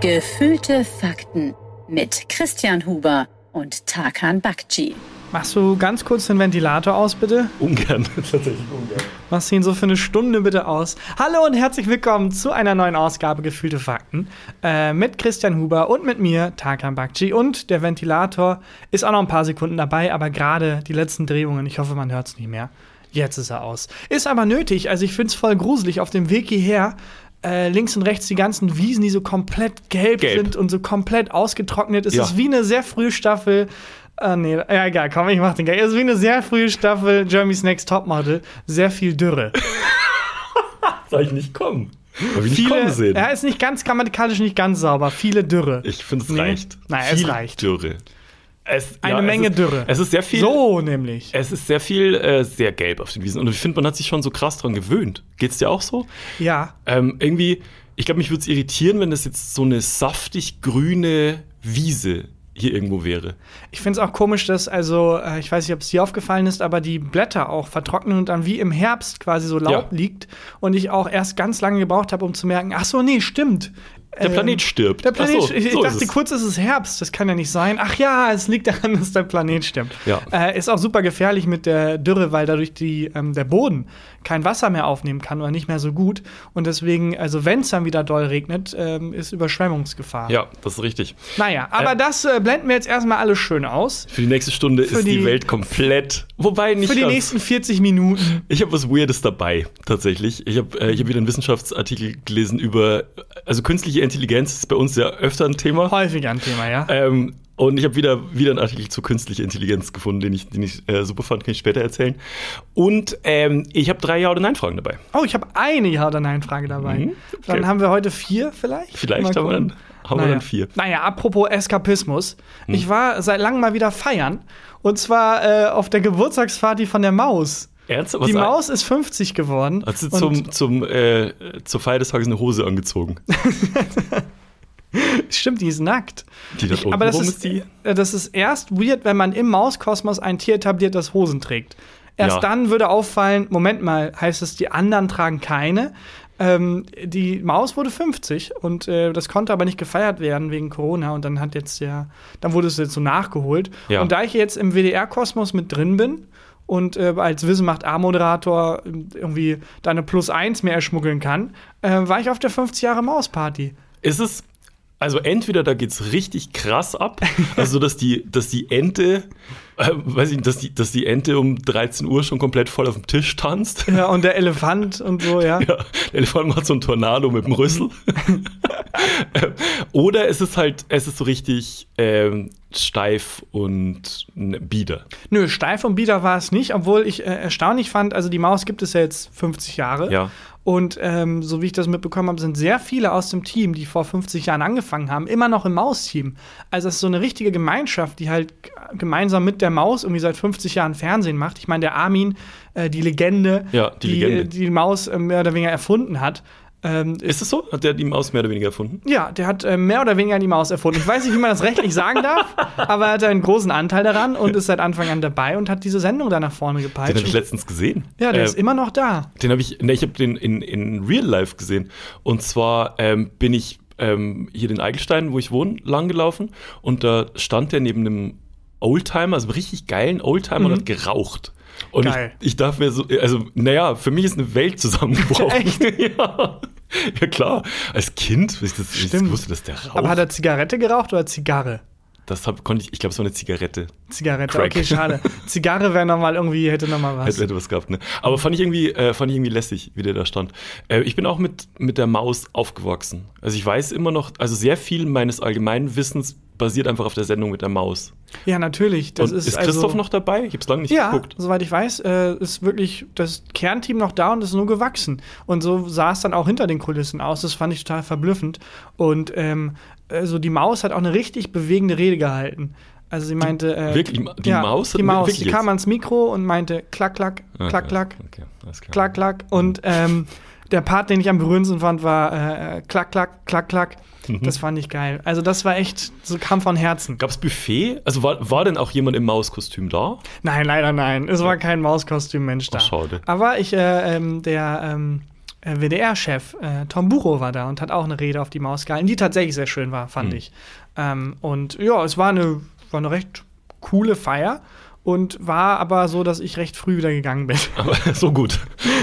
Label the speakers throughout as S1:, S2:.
S1: Gefühlte Fakten mit Christian Huber und Tarkan Bakci.
S2: Machst du ganz kurz den Ventilator aus, bitte?
S3: Ungern, tatsächlich ungern.
S2: Machst du ihn so für eine Stunde bitte aus. Hallo und herzlich willkommen zu einer neuen Ausgabe Gefühlte Fakten äh, mit Christian Huber und mit mir, Tarkan Bakci. Und der Ventilator ist auch noch ein paar Sekunden dabei, aber gerade die letzten Drehungen, ich hoffe, man hört es nicht mehr. Jetzt ist er aus. Ist aber nötig, also ich finde es voll gruselig. Auf dem Weg hierher äh, links und rechts die ganzen Wiesen, die so komplett gelb,
S3: Gelb.
S2: sind und so komplett ausgetrocknet. Es
S3: Ja.
S2: ist wie eine sehr frühe Staffel. Ah, nee, ja, egal, komm, ich mach den Gag. Es ist wie eine sehr frühe Staffel Jeremy's Next Topmodel. Sehr viel Dürre.
S3: Soll ich nicht kommen? Hab ich nicht kommen sehen.
S2: Ja, ist nicht ganz grammatikalisch nicht ganz sauber. Viele Dürre.
S3: Ich finde, es
S2: Nee.
S3: reicht.
S2: Nein, es
S3: Viel
S2: reicht.
S3: Dürre. Es,
S2: Eine
S3: ja, es
S2: Menge
S3: ist,
S2: Dürre.
S3: Es ist sehr viel.
S2: so nämlich.
S3: Es ist sehr viel, äh, sehr gelb auf den Wiesen. Und ich finde, man hat sich schon so krass dran gewöhnt. Geht's dir auch so?
S2: Ja.
S3: Ähm, irgendwie, ich glaube, mich würde es irritieren, wenn das jetzt so eine saftig grüne Wiese hier irgendwo wäre.
S2: Ich finde es auch komisch, dass, also, äh, ich weiß nicht, ob es dir aufgefallen ist, aber die Blätter auch vertrocknen und dann wie im Herbst quasi so laub
S3: Ja.
S2: liegt. Und ich auch erst ganz lange gebraucht habe, um zu merken, ach so, nee, stimmt.
S3: Der Planet stirbt.
S2: Ähm, Der Planet,
S3: Ach so,
S2: ich, ich
S3: so ist
S2: dachte
S3: es.
S2: kurz, ist es ist Herbst, das kann ja nicht sein. Ach ja, es liegt daran, dass der Planet stirbt.
S3: Ja.
S2: Äh, ist auch super gefährlich mit der Dürre, weil dadurch die, ähm, der Boden kein Wasser mehr aufnehmen kann oder nicht mehr so gut. Und deswegen, also wenn es dann wieder doll regnet, ähm, ist Überschwemmungsgefahr.
S3: Ja, das ist richtig.
S2: Naja, aber
S3: Äh,
S2: das äh, blenden wir jetzt erstmal alles schön aus.
S3: Für die nächste Stunde
S2: Für
S3: ist die,
S2: die-
S3: Welt komplett. Wobei nicht
S2: Für die
S3: ganz.
S2: nächsten 40 Minuten.
S3: Ich habe was Weirdes dabei, tatsächlich. Ich habe äh, ich hab wieder einen Wissenschaftsartikel gelesen über, also künstliche Intelligenz ist bei uns ja öfter ein Thema.
S2: Häufig ein Thema, ja.
S3: Ähm, und ich habe wieder, wieder einen Artikel zu künstlicher Intelligenz gefunden, den ich, den ich äh, super fand, kann ich später erzählen. Und ähm, ich habe drei Ja- oder Nein-Fragen dabei.
S2: Oh, ich habe eine Ja- oder Nein-Frage dabei.
S3: Mhm, okay.
S2: Dann haben wir heute vier vielleicht.
S3: Vielleicht
S2: Mal
S3: haben wir
S2: gucken.
S3: dann- haben wir dann vier. Mhm.
S2: Naja, apropos Eskapismus. Ich war seit langem mal wieder feiern. Und zwar äh, auf der Geburtstagsparty von der Maus.
S3: Ernst?
S2: Die Maus ist 50 geworden.
S3: Hast du
S2: Und
S3: Also zum, zum, äh, zur Feier des Tages eine Hose angezogen?
S2: Stimmt, die ist nackt.
S3: Die da
S2: ich,
S3: oben
S2: aber das
S3: rum
S2: ist,
S3: ist die?
S2: äh, das ist erst weird, wenn man im Mauskosmos ein Tier etabliert, das Hosen trägt. Erst
S3: Ja.
S2: dann würde auffallen, Moment mal, heißt es, die anderen tragen keine. Ähm, die Maus wurde 50 und äh, das konnte aber nicht gefeiert werden wegen Corona und dann hat jetzt ja, dann wurde es jetzt so nachgeholt.
S3: Ja.
S2: Und da ich jetzt im WDR-Kosmos mit drin bin und äh, als Wissen macht A-Moderator irgendwie da eine Plus 1 mehr erschmuggeln kann, äh, war ich auf der 50 Jahre Maus-Party.
S3: ist es, also entweder da geht's richtig krass ab, also dass die, dass die Ente, äh, weiß ich nicht, dass die, dass die Ente um 13 Uhr schon komplett voll auf dem Tisch tanzt.
S2: Ja, und der Elefant und so, ja.
S3: Ja, der Elefant macht so einen Tornado mit dem Rüssel. Ähm, Oder es ist halt, es ist so richtig ähm, steif und n- bieder.
S2: Nö, steif und bieder war es nicht, obwohl ich äh, erstaunlich fand, also die Maus gibt es ja jetzt 50 Jahre.
S3: Ja.
S2: Und ähm, so wie ich das mitbekommen habe, sind sehr viele aus dem Team, die vor 50 Jahren angefangen haben, immer noch im Maus-Team. Also es ist so eine richtige Gemeinschaft, die halt g- gemeinsam mit der Maus irgendwie seit 50 Jahren Fernsehen macht. Ich meine, der Armin, äh, die Legende,
S3: Ja, die Legende.
S2: äh, die Maus äh, mehr oder weniger erfunden hat, ähm,
S3: Ist es so? Hat der die Maus mehr oder weniger erfunden?
S2: ja, der hat äh, mehr oder weniger die Maus erfunden. Ich weiß nicht, wie man das rechtlich sagen darf, aber er hat einen großen Anteil daran und ist seit Anfang an dabei und hat diese Sendung da nach vorne
S3: Den habe ich
S2: gepeitscht.
S3: letztens gesehen.
S2: ja, der ist
S3: Ähm,
S2: immer noch da.
S3: Den habe ich, ne, ich habe den in, in Real Life gesehen. Und zwar ähm, bin ich ähm, hier den Eigelstein, wo ich wohne, langgelaufen und da stand der neben einem Oldtimer, also einem richtig geilen Oldtimer und hat geraucht. Und
S2: Mhm. Geil.
S3: Ich, ich darf mir so, also, naja, für mich ist eine Welt zusammengebrochen.
S2: Echt?
S3: ja. ja, klar. Als Kind, ich, das, ich
S2: Stimmt.
S3: wusste, dass der raucht.
S2: Aber hat er Zigarette geraucht oder Zigarre?
S3: das hab, konnte ich, ich glaube, es war eine Zigarette.
S2: Zigarette,
S3: Crack.
S2: okay, schade. Zigarre wäre nochmal irgendwie, hätte nochmal was.
S3: Hätte, hätte was gehabt, ne? Aber fand ich irgendwie, äh, fand ich irgendwie lässig, wie der da stand. Äh, ich bin auch mit, mit der Maus aufgewachsen. Also ich weiß immer noch, also sehr viel meines allgemeinen Wissens basiert einfach auf der Sendung mit der Maus.
S2: Ja, natürlich. Das
S3: Und ist,
S2: ist, also,
S3: Christoph noch dabei? Ich hab's lange nicht
S2: Ja,
S3: geguckt.
S2: soweit ich weiß, äh, ist wirklich das Kernteam noch da und ist nur gewachsen. Und so sah es dann auch hinter den Kulissen aus. Das fand ich total verblüffend. Und ähm, also die Maus hat auch eine richtig bewegende Rede gehalten. Also sie meinte. Äh,
S3: wirklich? Die Maus hat
S2: Die
S3: mir-
S2: Maus.
S3: wirklich
S2: Die kam
S3: jetzt? Ah,
S2: ans Mikro und meinte klack, klack, klack, klack,
S3: Okay, alles klar.
S2: klack, klack. Und ähm, der Part, den ich am berührendsten fand, war äh, klack, klack, klack, klack.
S3: Mhm.
S2: Das fand ich geil. Also das war echt, so kam von Herzen.
S3: Gab's Buffet? Also war, war denn auch jemand im Mauskostüm da?
S2: Nein, leider nein. Es war kein Mauskostüm-Mensch da.
S3: schade.
S2: Aber ich, äh, ähm, der ähm, äh, WDR-Chef äh, Tom Buro war da und hat auch eine Rede auf die Maus gehalten, die tatsächlich sehr schön war, fand
S3: Mhm.
S2: ich. Ähm, und ja, es war eine, war eine recht coole Feier und war aber so, dass ich recht früh wieder gegangen bin.
S3: Aber so gut.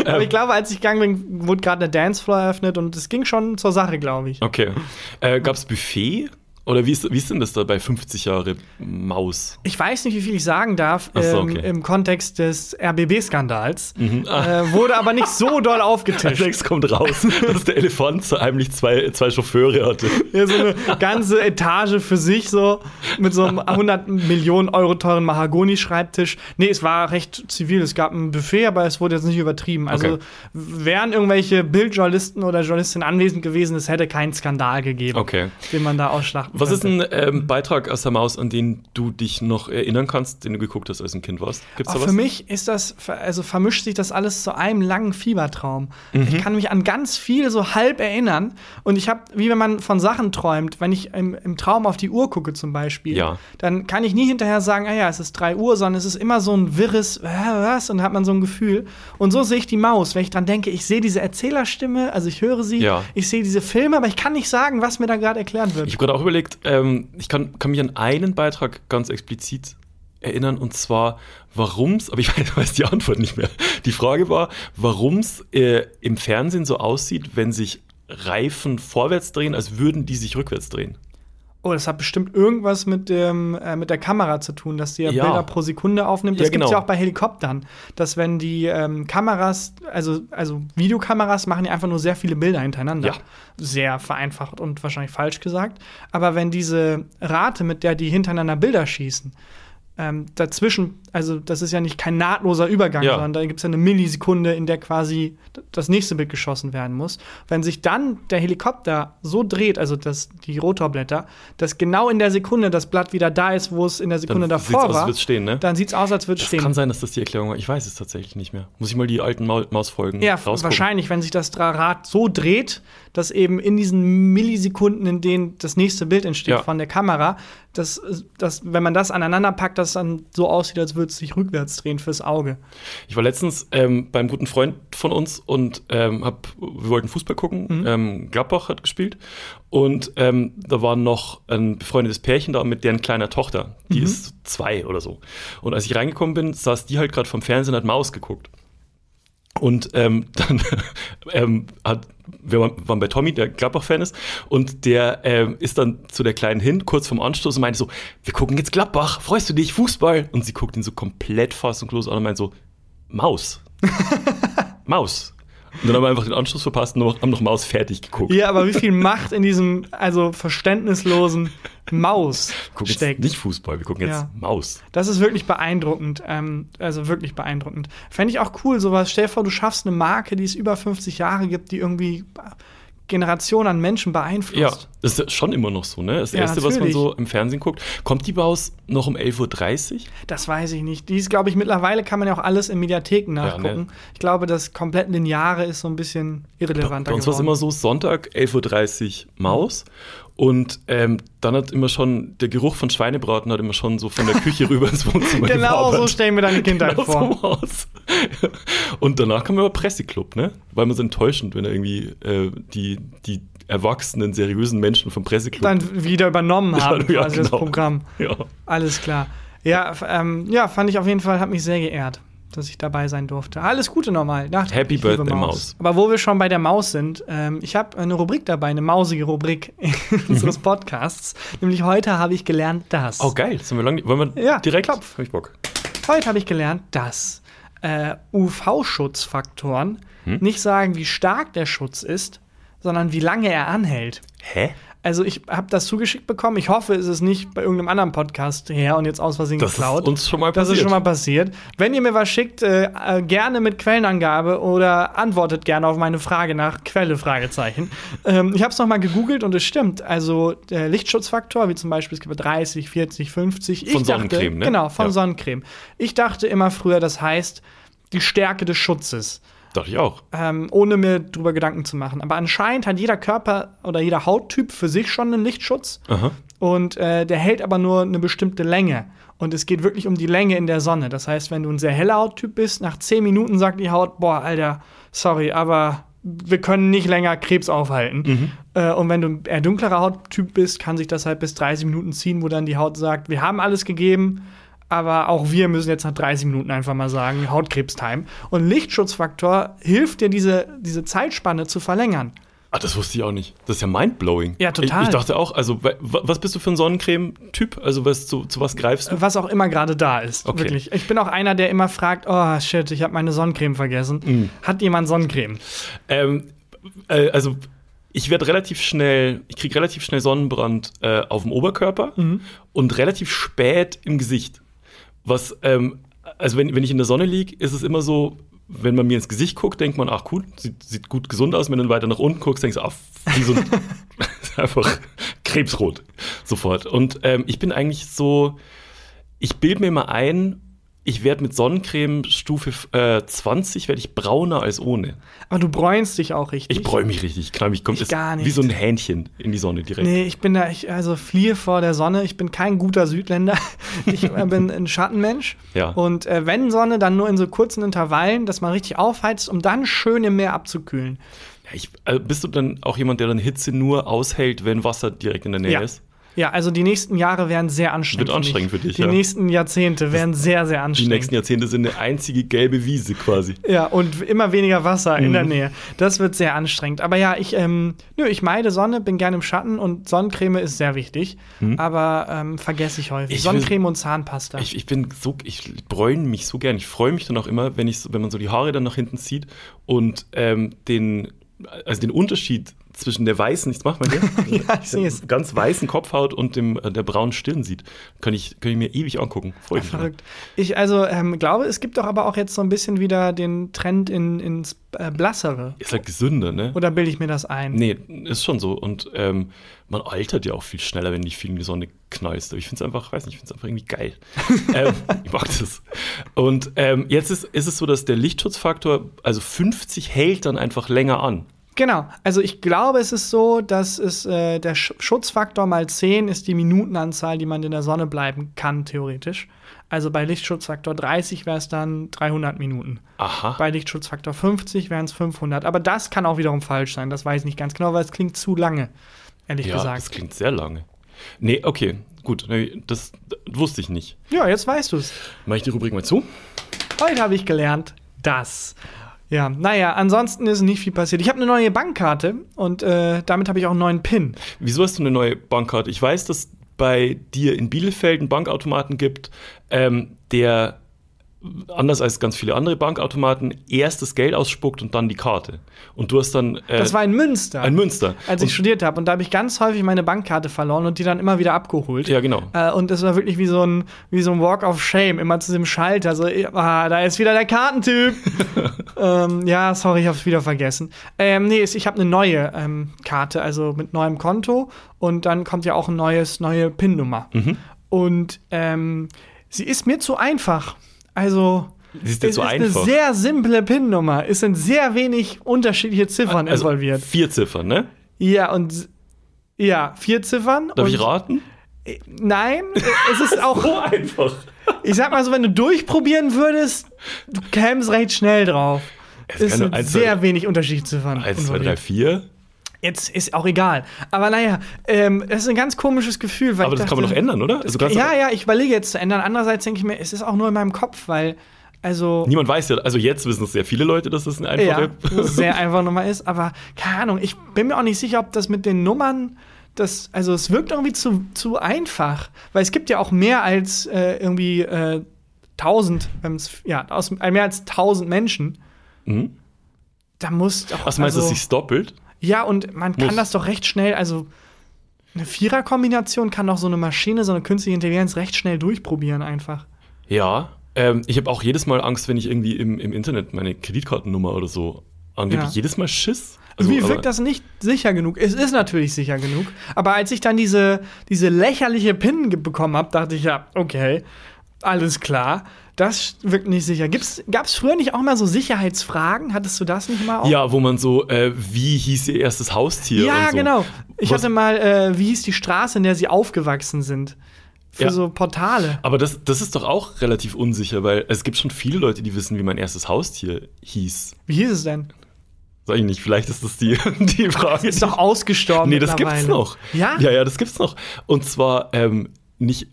S3: Ähm,
S2: aber ich glaube, als ich gegangen bin, wurde gerade eine Dancefloor eröffnet und es ging schon zur Sache, glaube ich.
S3: Okay. Äh, Gab es Buffet? Oder wie ist, wie ist denn das da bei 50 Jahre Maus?
S2: Ich weiß nicht, wie viel ich sagen darf
S3: Ach so,
S2: ähm,
S3: okay.
S2: im Kontext des RBB-Skandals.
S3: Ah.
S2: Äh, wurde aber nicht so doll aufgetischt.
S3: Alex kommt raus, dass der Elefant heimlich zwei, zwei Chauffeure hatte.
S2: Ja, so eine ganze Etage für sich, so mit so einem 100 Millionen Euro teuren Mahagoni-Schreibtisch. Nee, es war recht zivil. Es gab ein Buffet, aber es wurde jetzt nicht übertrieben. Also
S3: Okay.
S2: wären irgendwelche Bildjournalisten oder Journalistinnen anwesend gewesen, es hätte keinen Skandal gegeben,
S3: Okay.
S2: den man da ausschlachten
S3: Was ist
S2: könnte.
S3: ein ähm, Beitrag aus der Maus, an den du dich noch erinnern kannst, den du geguckt hast, als du ein Kind warst? Gibt's
S2: Ach,
S3: da was?
S2: Ah, für mich ist das, ver- also vermischt sich das alles zu einem langen Fiebertraum.
S3: Mhm.
S2: Ich kann mich an ganz viel so halb erinnern und ich habe, wie wenn man von Sachen träumt, wenn ich im, im Traum auf die Uhr gucke zum Beispiel,
S3: Ja.
S2: dann kann ich nie hinterher sagen, ah ja, es ist 3 Uhr, sondern es ist immer so ein wirres, äh, was, und dann hat man so ein Gefühl. Und so sehe ich die Maus, wenn ich dran denke, ich sehe diese Erzählerstimme, also ich höre sie,
S3: Ja.
S2: ich sehe diese Filme, aber ich kann nicht sagen, was mir da gerade erklärt wird.
S3: Ich habe gerade auch überlegt, ähm, ich kann, kann mich an einen Beitrag ganz explizit erinnern und zwar, warum's, aber ich weiß, weiß die Antwort nicht mehr. Die Frage war, warum's äh, im Fernsehen so aussieht, wenn sich Reifen vorwärts drehen, als würden die sich rückwärts drehen.
S2: Oh, das hat bestimmt irgendwas mit, dem, äh, mit der Kamera zu tun, dass die ja
S3: Ja.
S2: Bilder pro Sekunde aufnimmt.
S3: Ja,
S2: Das gibt's
S3: genau.
S2: ja auch bei Helikoptern, dass wenn die ähm, Kameras, also, also Videokameras machen ja einfach nur sehr viele Bilder hintereinander.
S3: Ja.
S2: Sehr vereinfacht und wahrscheinlich falsch gesagt. Aber wenn diese Rate, mit der die hintereinander Bilder schießen, ähm, dazwischen, also das ist ja nicht kein nahtloser Übergang,
S3: Ja.
S2: sondern da gibt es ja eine Millisekunde, in der quasi d- das nächste Bild geschossen werden muss. Wenn sich dann der Helikopter so dreht, also das, die Rotorblätter, dass genau in der Sekunde das Blatt wieder da ist, wo es in der Sekunde davor
S3: sieht's aus, als
S2: war,
S3: würd's stehen, ne?
S2: dann sieht es aus, als würde es
S3: Das
S2: stehen.
S3: kann sein, dass das die Erklärung war. Ich weiß es tatsächlich nicht mehr. Muss ich mal die alten Mau- Mausfolgen
S2: Ja,
S3: rausgucken.
S2: wahrscheinlich, wenn sich das Dra- Rad so dreht, dass eben in diesen Millisekunden, in denen das nächste Bild entsteht
S3: Ja.
S2: von der Kamera, dass, dass, wenn man das aneinander packt, das dann so aussieht, als würde es sich rückwärts drehen fürs Auge.
S3: Ich war letztens ähm, beim guten Freund von uns und ähm, hab, wir wollten Fußball gucken. Ähm, Gladbach hat gespielt. Und ähm, da war noch ein befreundetes Pärchen da mit deren kleiner Tochter. Die ist zwei oder so. Und als ich reingekommen bin, saß die halt gerade vom Fernsehen und hat Maus geguckt. Und ähm, dann ähm, hat, wir waren- waren bei Tommy, der Gladbach-Fan ist, und der ähm, ist dann zu der Kleinen hin, kurz vorm Anstoß, und meinte so, wir gucken jetzt Gladbach, freust du dich, Fußball? Und sie guckt ihn so komplett fassungslos an und meint so, Maus. Maus. Und dann haben wir einfach den Anschluss verpasst und noch- haben noch Maus fertig geguckt.
S2: Ja, aber wie viel Macht in diesem, also verständnislosen Maus
S3: Wir gucken jetzt
S2: steckt.
S3: nicht Fußball, wir gucken jetzt
S2: Ja.
S3: Maus.
S2: Das ist wirklich beeindruckend. Ähm, also wirklich beeindruckend. Fände ich auch cool, sowas. Stell dir vor, du schaffst eine Marke, die es über 50 Jahre gibt, die irgendwie Generationen an Menschen beeinflusst.
S3: Ja, das ist ja schon immer noch so, ne? Das
S2: Ja,
S3: Erste, was man
S2: natürlich.
S3: so im Fernsehen guckt. Kommt die Maus noch um 11.30 Uhr?
S2: Das weiß ich nicht. Die ist, glaube ich, mittlerweile kann man ja auch alles in Mediatheken
S3: ne?
S2: nachgucken. Ich glaube, das komplett Lineare ist so ein bisschen irrelevanter
S3: Bei uns war es
S2: geworden.
S3: immer so, Sonntag, 11.30 Uhr Maus. Und ähm, dann hat immer schon, der Geruch von Schweinebraten hat immer schon so von der Küche rüber ins Wohnzimmer
S2: genau so
S3: gewabert.
S2: stellen wir deine Kindheit
S3: Genau
S2: vor.
S3: so aus. Und danach kam aber Presseclub, ne? Weil man so enttäuschend, wenn er irgendwie äh, die, die erwachsenen, seriösen Menschen vom Presseclub.
S2: Dann wieder übernommen haben,
S3: Ja,
S2: quasi das
S3: genau.
S2: Programm.
S3: ja.
S2: Alles klar. Ja, f- ähm, ja, fand ich auf jeden Fall, hat mich sehr geehrt, dass ich dabei sein durfte. Alles Gute nochmal. Nacht-
S3: Happy
S2: ich liebe
S3: Birthday, Maus.
S2: Aber wo wir schon bei der Maus sind, ähm, ich habe eine Rubrik dabei, eine mausige Rubrik
S3: Mhm.
S2: unseres Podcasts. Nämlich heute habe ich gelernt, dass.
S3: Oh, geil. Das haben wir lange nicht. Wollen wir
S2: Ja,
S3: direkt?
S2: klopf.
S3: Hab ich Bock.
S2: Heute habe ich gelernt, dass äh, UV-Schutzfaktoren
S3: Hm?
S2: nicht sagen, wie stark der Schutz ist, sondern wie lange er anhält.
S3: Hä?
S2: Also ich habe das zugeschickt bekommen. Ich hoffe, es ist nicht bei irgendeinem anderen Podcast her und jetzt aus Versehen
S3: Das ist
S2: geklaut.
S3: uns schon mal
S2: Das ist
S3: passiert.
S2: schon mal passiert. Wenn ihr mir was schickt, äh, äh, gerne mit Quellenangabe oder antwortet gerne auf meine Frage nach Quelle, Fragezeichen. ähm, ich habe es nochmal gegoogelt und es stimmt. Also der Lichtschutzfaktor, wie zum Beispiel es gibt 30, 40, 50.
S3: Von
S2: ich dachte,
S3: Sonnencreme, ne?
S2: Genau, von
S3: Ja.
S2: Sonnencreme. Ich dachte immer früher, das heißt die Stärke des Schutzes
S3: Dachte ich auch.
S2: ähm, ohne mir drüber Gedanken zu machen. Aber anscheinend hat jeder Körper oder jeder Hauttyp für sich schon einen Lichtschutz.
S3: Aha.
S2: Und äh, der hält aber nur eine bestimmte Länge. Und es geht wirklich um die Länge in der Sonne. Das heißt, wenn du ein sehr heller Hauttyp bist, nach 10 Minuten sagt die Haut, boah, Alter, sorry, aber wir können nicht länger Krebs aufhalten. Äh, und wenn du eher dunklerer Hauttyp bist, kann sich das halt bis 30 Minuten ziehen, wo dann die Haut sagt, wir haben alles gegeben, aber auch wir müssen jetzt nach 30 Minuten einfach mal sagen, Hautkrebs-Time. Und Lichtschutzfaktor hilft dir, diese, diese Zeitspanne zu verlängern.
S3: Ah, das wusste ich auch nicht. Das ist ja mindblowing.
S2: Ja, total.
S3: Ich, ich dachte auch, also, wa- wa- was bist du für ein Sonnencreme-Typ? Also, was, zu, zu was greifst du?
S2: Was auch immer gerade da ist,
S3: Okay.
S2: wirklich. Ich bin auch einer, der immer fragt, oh shit, ich habe meine Sonnencreme vergessen.
S3: Mhm.
S2: Hat jemand Sonnencreme?
S3: Ähm, äh, also, ich werde relativ schnell, ich kriege relativ schnell Sonnenbrand äh, auf dem Oberkörper und relativ spät im Gesicht. Was, ähm, also, wenn, wenn ich in der Sonne liege, ist es immer so, wenn man mir ins Gesicht guckt, denkt man, ach cool, sieht, sieht gut gesund aus. Wenn du dann weiter nach unten guckst, denkst du, ah, gesund. ist einfach krebsrot. Sofort. Und ähm, ich bin eigentlich so, ich bilde mir mal ein, ich werde mit Sonnencreme Stufe äh, 20 werde ich brauner als ohne.
S2: Aber du bräunst dich auch richtig.
S3: Ich bräue mich richtig, ich knall mich kommt
S2: Ich gar nicht.
S3: wie so ein Hähnchen in die Sonne direkt.
S2: Nee, ich bin da, ich also fliehe vor der Sonne. Ich bin kein guter Südländer. Ich äh, bin ein Schattenmensch.
S3: Ja.
S2: Und äh, wenn Sonne, dann nur in so kurzen Intervallen, dass man richtig aufheizt, um dann schön im Meer abzukühlen.
S3: Ja, Ich, also bist du dann auch jemand, der dann Hitze nur aushält, wenn Wasser direkt in der Nähe
S2: Ja.
S3: ist?
S2: Ja, also die nächsten Jahre werden sehr anstrengend.
S3: Wird anstrengend für dich,
S2: Die
S3: ja.
S2: nächsten Jahrzehnte werden sehr, sehr
S3: Die
S2: anstrengend.
S3: nächsten Jahrzehnte sind eine einzige gelbe Wiese quasi.
S2: Ja, und immer weniger Wasser in der
S3: Mhm.
S2: Nähe. Das wird sehr anstrengend. Aber ja, ich, ähm, nö, ich meide Sonne, bin gerne im Schatten und Sonnencreme ist sehr wichtig. Aber ähm, vergesse ich häufig.
S3: Mhm. Ich will-
S2: Sonnencreme und Zahnpasta.
S3: Ich, ich bin so, ich bräune mich so gern. Ich freue mich dann auch immer, wenn ich, so- wenn man so die Haare dann nach hinten zieht und ähm, den, also den Unterschied zwischen der weißen, ich mach mal hier,
S2: Ja, ich seh's.
S3: ganz weißen Kopfhaut und dem äh, der braunen Stirn sieht, kann ich, kann ich mir ewig angucken. Freue mich.
S2: Verrückt. Ich also ähm, glaube, es gibt doch aber auch jetzt so ein bisschen wieder den Trend in, ins äh, Blassere.
S3: Ist halt gesünder, ne?
S2: Oder bilde ich mir das ein?
S3: Nee, ist schon so. Und ähm, man altert ja auch viel schneller, wenn nicht viel in die Sonne knallst. Aber ich finde es einfach, weiß nicht, ich finde es einfach irgendwie geil. ähm, ich mag das. Und ähm, jetzt ist, ist es so, dass der Lichtschutzfaktor, also 50 hält dann einfach länger an.
S2: Genau. Also ich glaube, es ist so, dass es äh, der Sch Schutzfaktor mal 10 ist die Minutenanzahl, die man in der Sonne bleiben kann, theoretisch. Also bei Lichtschutzfaktor 30 wäre es dann 300 Minuten.
S3: Aha.
S2: Bei Lichtschutzfaktor 50 wären es 500. Aber das kann auch wiederum falsch sein. Das weiß ich nicht ganz genau, weil es klingt zu lange, ehrlich
S3: Ja, das
S2: gesagt.
S3: klingt sehr lange. Nee, okay, gut. Nee, das, das wusste ich nicht.
S2: Ja, jetzt weißt du es.
S3: Mach ich die Rubrik mal zu?
S2: Heute habe ich gelernt, dass. Ja, naja, ansonsten ist nicht viel passiert. Ich habe eine neue Bankkarte und äh, damit habe ich auch einen neuen PIN.
S3: Wieso hast du eine neue Bankkarte? Ich weiß, dass bei dir in Bielefeld einen Bankautomaten gibt, ähm, der anders als ganz viele andere Bankautomaten erst das Geld ausspuckt und dann die Karte. Und du hast dann äh,
S2: Das war in Münster,
S3: ein Münster.
S2: als ich
S3: und,
S2: studiert habe. Und da habe ich ganz häufig meine Bankkarte verloren und die dann immer wieder abgeholt.
S3: ja, genau.
S2: Äh, und es war wirklich wie so, ein, wie so ein Walk of Shame, immer zu dem Schalter. So, eh, ah, da ist wieder der Kartentyp. ähm, ja, sorry, ich habe es wieder vergessen. Ähm, nee, es- ich habe eine neue ähm, Karte, also mit neuem Konto. Und dann kommt ja auch ein neues, neue PIN-Nummer.
S3: Mhm.
S2: Und ähm, sie ist mir zu einfach. Also.
S3: Sie ist dir
S2: es
S3: zu
S2: ist
S3: einfach.
S2: eine sehr simple PIN-Nummer. Es sind sehr wenig unterschiedliche Ziffern
S3: also
S2: involviert.
S3: vier Ziffern, ne?
S2: Ja, und s- ja, vier Ziffern.
S3: Darf
S2: und
S3: ich raten?
S2: Nein, es ist auch
S3: So einfach.
S2: ich sag mal so, wenn du durchprobieren würdest, du kämst recht schnell drauf.
S3: Es
S2: Es
S3: kann nur
S2: sind
S3: eins,
S2: sehr
S3: zwei-
S2: wenig Unterschiedsziffern.
S3: Eins, zwei, drei,
S2: involviert.
S3: vier.
S2: Jetzt ist auch egal. Aber naja, ähm, es ist ein ganz komisches Gefühl. Weil
S3: Aber
S2: ich
S3: das kann man
S2: dachte-
S3: doch ändern, oder? Also kannst du-
S2: Ja, ja, ich überlege jetzt zu ändern. Andererseits denke ich mir, es ist auch nur in meinem Kopf, weil, also,
S3: Niemand weiß ja, also jetzt wissen es sehr viele Leute, dass das ein
S2: ja,
S3: einfacher
S2: wo es sehr einfach nochmal ist. Aber keine Ahnung, ich bin mir auch nicht sicher, ob das mit den Nummern, das, also es wirkt irgendwie zu, zu einfach, weil es gibt ja auch mehr als äh, irgendwie äh, 1000, wenn's- ja, aus, äh, mehr als 1000 Menschen.
S3: Mhm.
S2: Da muss auch.
S3: Was meinst du,
S2: also,
S3: dass sich's doppelt?
S2: Ja, und man kann
S3: Muss.
S2: das doch recht schnell, also eine Viererkombination kann doch so eine Maschine, so eine künstliche Intelligenz recht schnell durchprobieren einfach.
S3: Ja, ähm, ich habe auch jedes Mal Angst, wenn ich irgendwie im, im Internet meine Kreditkartennummer oder so angebe.
S2: Ja.
S3: Ich jedes Mal Schiss. Also,
S2: Irgendwie
S3: aber-
S2: wirkt das nicht sicher genug. Es ist natürlich sicher genug. Aber als ich dann diese, diese lächerliche PIN ge- bekommen habe, dachte ich ja, okay, alles klar. Das wirkt nicht sicher. Gibt's, gab's früher nicht auch mal so Sicherheitsfragen? Hattest du das nicht mal auch?
S3: Ja, wo man so, äh, wie hieß ihr erstes Haustier?
S2: Ja,
S3: und so.
S2: genau. Ich
S3: Was-
S2: hatte mal, äh, wie hieß die Straße, in der sie aufgewachsen sind? Für
S3: Ja.
S2: so Portale.
S3: Aber das, das ist doch auch relativ unsicher, weil es gibt schon viele Leute, die wissen, wie mein erstes Haustier hieß.
S2: Wie hieß es denn?
S3: Sag ich nicht, vielleicht ist das die, die Frage. Das
S2: ist doch ausgestorben.
S3: Nee, das gibt's
S2: mittlerweile.
S3: noch.
S2: Ja?
S3: Ja, ja, das gibt's noch. Und zwar ähm, nicht.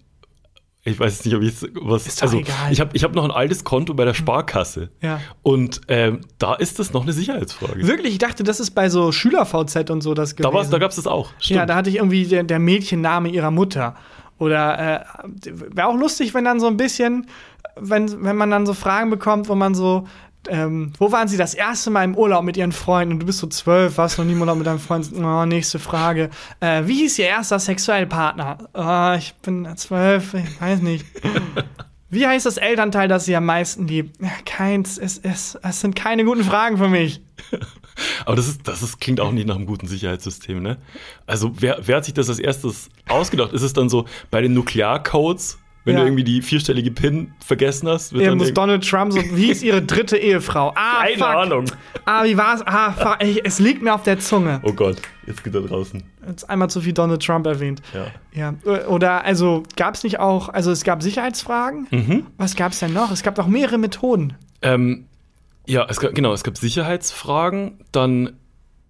S3: Ich weiß jetzt nicht, ob ich jetzt was.
S2: Ist doch
S3: also,
S2: egal. Hm.
S3: ich habe ich hab noch ein altes Konto bei der Sparkasse.
S2: Ja.
S3: Und ähm, da ist das noch eine Sicherheitsfrage.
S2: Wirklich, ich dachte, das ist bei so Schüler-VZ und so das
S3: Da, war's-
S2: gewesen.
S3: da gab es das auch. Stimmt.
S2: ja, da hatte ich irgendwie der, der Mädchenname ihrer Mutter. Oder äh, wäre auch lustig, wenn dann so ein bisschen, wenn, wenn man dann so Fragen bekommt, wo man so, ähm, wo waren sie das erste Mal im Urlaub mit ihren Freunden? Und du bist so zwölf, warst noch nie im Urlaub mit deinen Freunden. Oh, nächste Frage. Äh, wie hieß ihr erster Sexuellpartner? Oh, ich bin zwölf, ich weiß nicht. Wie heißt das Elternteil, das sie am meisten liebt? Ja, Keins, es, es, es sind keine guten Fragen für mich.
S3: Aber das, ist, das ist, klingt auch nicht nach einem guten Sicherheitssystem, ne? Also, wer, wer hat sich das als erstes ausgedacht? Ist es dann so bei den Nuklearcodes, wenn
S2: Ja.
S3: du irgendwie die vierstellige PIN vergessen hast? Wird
S2: Ja,
S3: dann
S2: muss
S3: irgendwie-
S2: Donald Trump so, wie hieß ihre dritte Ehefrau? Ah,
S3: Keine
S2: fuck.
S3: Ahnung.
S2: Ah, wie war's? Ah, fuck. ey, es liegt mir auf der Zunge.
S3: oh Gott, jetzt geht er draußen.
S2: Jetzt einmal zu viel Donald Trump erwähnt.
S3: Ja.
S2: Ja. Oder, also, gab's nicht auch, also es gab Sicherheitsfragen?
S3: Mhm.
S2: Was gab's denn noch? Es gab doch mehrere Methoden.
S3: Ähm, ja, es gab, genau, es gab Sicherheitsfragen, dann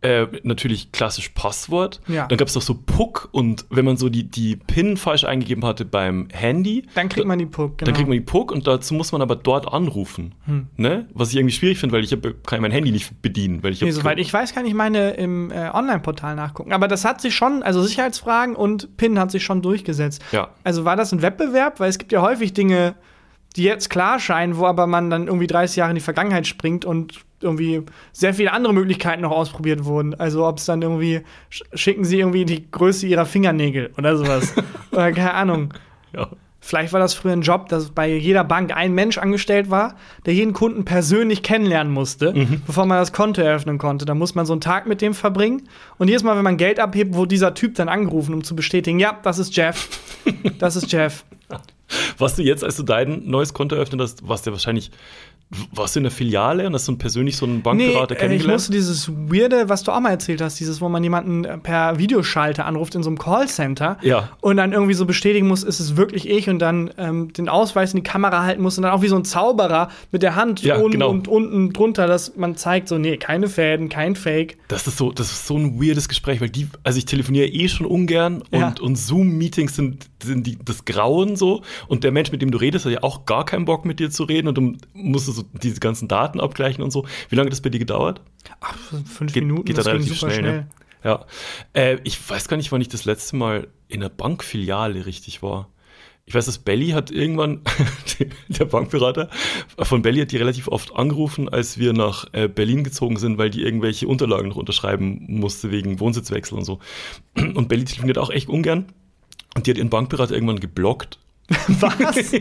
S3: äh, natürlich klassisch Passwort.
S2: Ja.
S3: Dann gab es noch so Puck und wenn man so die, die PIN falsch eingegeben hatte beim Handy,
S2: Dann kriegt man die Puck, genau. Hm.
S3: dann kriegt man die Puck und dazu muss man aber dort anrufen. Ne? Was ich irgendwie schwierig finde, weil ich hab, kann mein Handy nicht bedienen. Weil ich
S2: Nee,
S3: hab-
S2: soweit ich weiß, kann ich meine im äh, Online-Portal nachgucken. Aber das hat sich schon, also Sicherheitsfragen und PIN hat sich schon durchgesetzt.
S3: Ja.
S2: Also war das ein Wettbewerb? Weil es gibt ja häufig Dinge, die jetzt klar scheinen, wo aber man dann irgendwie 30 Jahre in die Vergangenheit springt und irgendwie sehr viele andere Möglichkeiten noch ausprobiert wurden. Also ob es dann irgendwie, sch schicken sie irgendwie die Größe ihrer Fingernägel oder sowas. oder keine Ahnung.
S3: Ja.
S2: Vielleicht war das früher ein Job, dass bei jeder Bank ein Mensch angestellt war, der jeden Kunden persönlich kennenlernen musste, bevor man das Konto eröffnen konnte. Da muss man so einen Tag mit dem verbringen. Und jedes Mal, wenn man Geld abhebt, wurde dieser Typ dann angerufen, um zu bestätigen, ja, das ist Jeff. Das ist Jeff.
S3: Was du jetzt, als du dein neues Konto eröffnet hast, warst du ja wahrscheinlich, warst du in der Filiale und hast so persönlich so einen
S2: Nee,
S3: Bankberater
S2: äh, ich
S3: kennengelernt?
S2: musste dieses Weirde, was du auch mal erzählt hast, dieses, wo man jemanden äh, per Videoschalter anruft in so einem Callcenter
S3: Ja.
S2: und dann irgendwie so bestätigen muss, ist es wirklich ich und dann ähm, den Ausweis in die Kamera halten muss und dann auch wie so ein Zauberer mit der Hand
S3: Ja,
S2: oben
S3: genau.
S2: und unten drunter, dass man zeigt, so, nee, keine Fäden, kein Fake.
S3: Das ist so, das ist so ein weirdes Gespräch, weil die, also ich telefoniere eh schon ungern und,
S2: Ja.
S3: und Zoom-Meetings sind, sind die, das Grauen so und der Mensch, mit dem du redest, hat ja auch gar keinen Bock mit dir zu reden und du musst so diese ganzen Daten abgleichen und so. Wie lange hat das bei dir gedauert?
S2: Ach, fünf
S3: Geht,
S2: Minuten,
S3: geht dann
S2: das ging
S3: relativ
S2: super
S3: schnell,
S2: schnell.
S3: ne? Ja. Äh, ich weiß gar nicht, wann ich das letzte Mal in der Bankfiliale richtig war. Ich weiß, dass Belly hat irgendwann, der Bankberater von Belly hat die relativ oft angerufen, als wir nach äh, Berlin gezogen sind, weil die irgendwelche Unterlagen noch unterschreiben musste wegen Wohnsitzwechsel und so. Und Belly telefoniert auch echt ungern. Und die hat ihren Bankberater irgendwann geblockt.
S2: Was?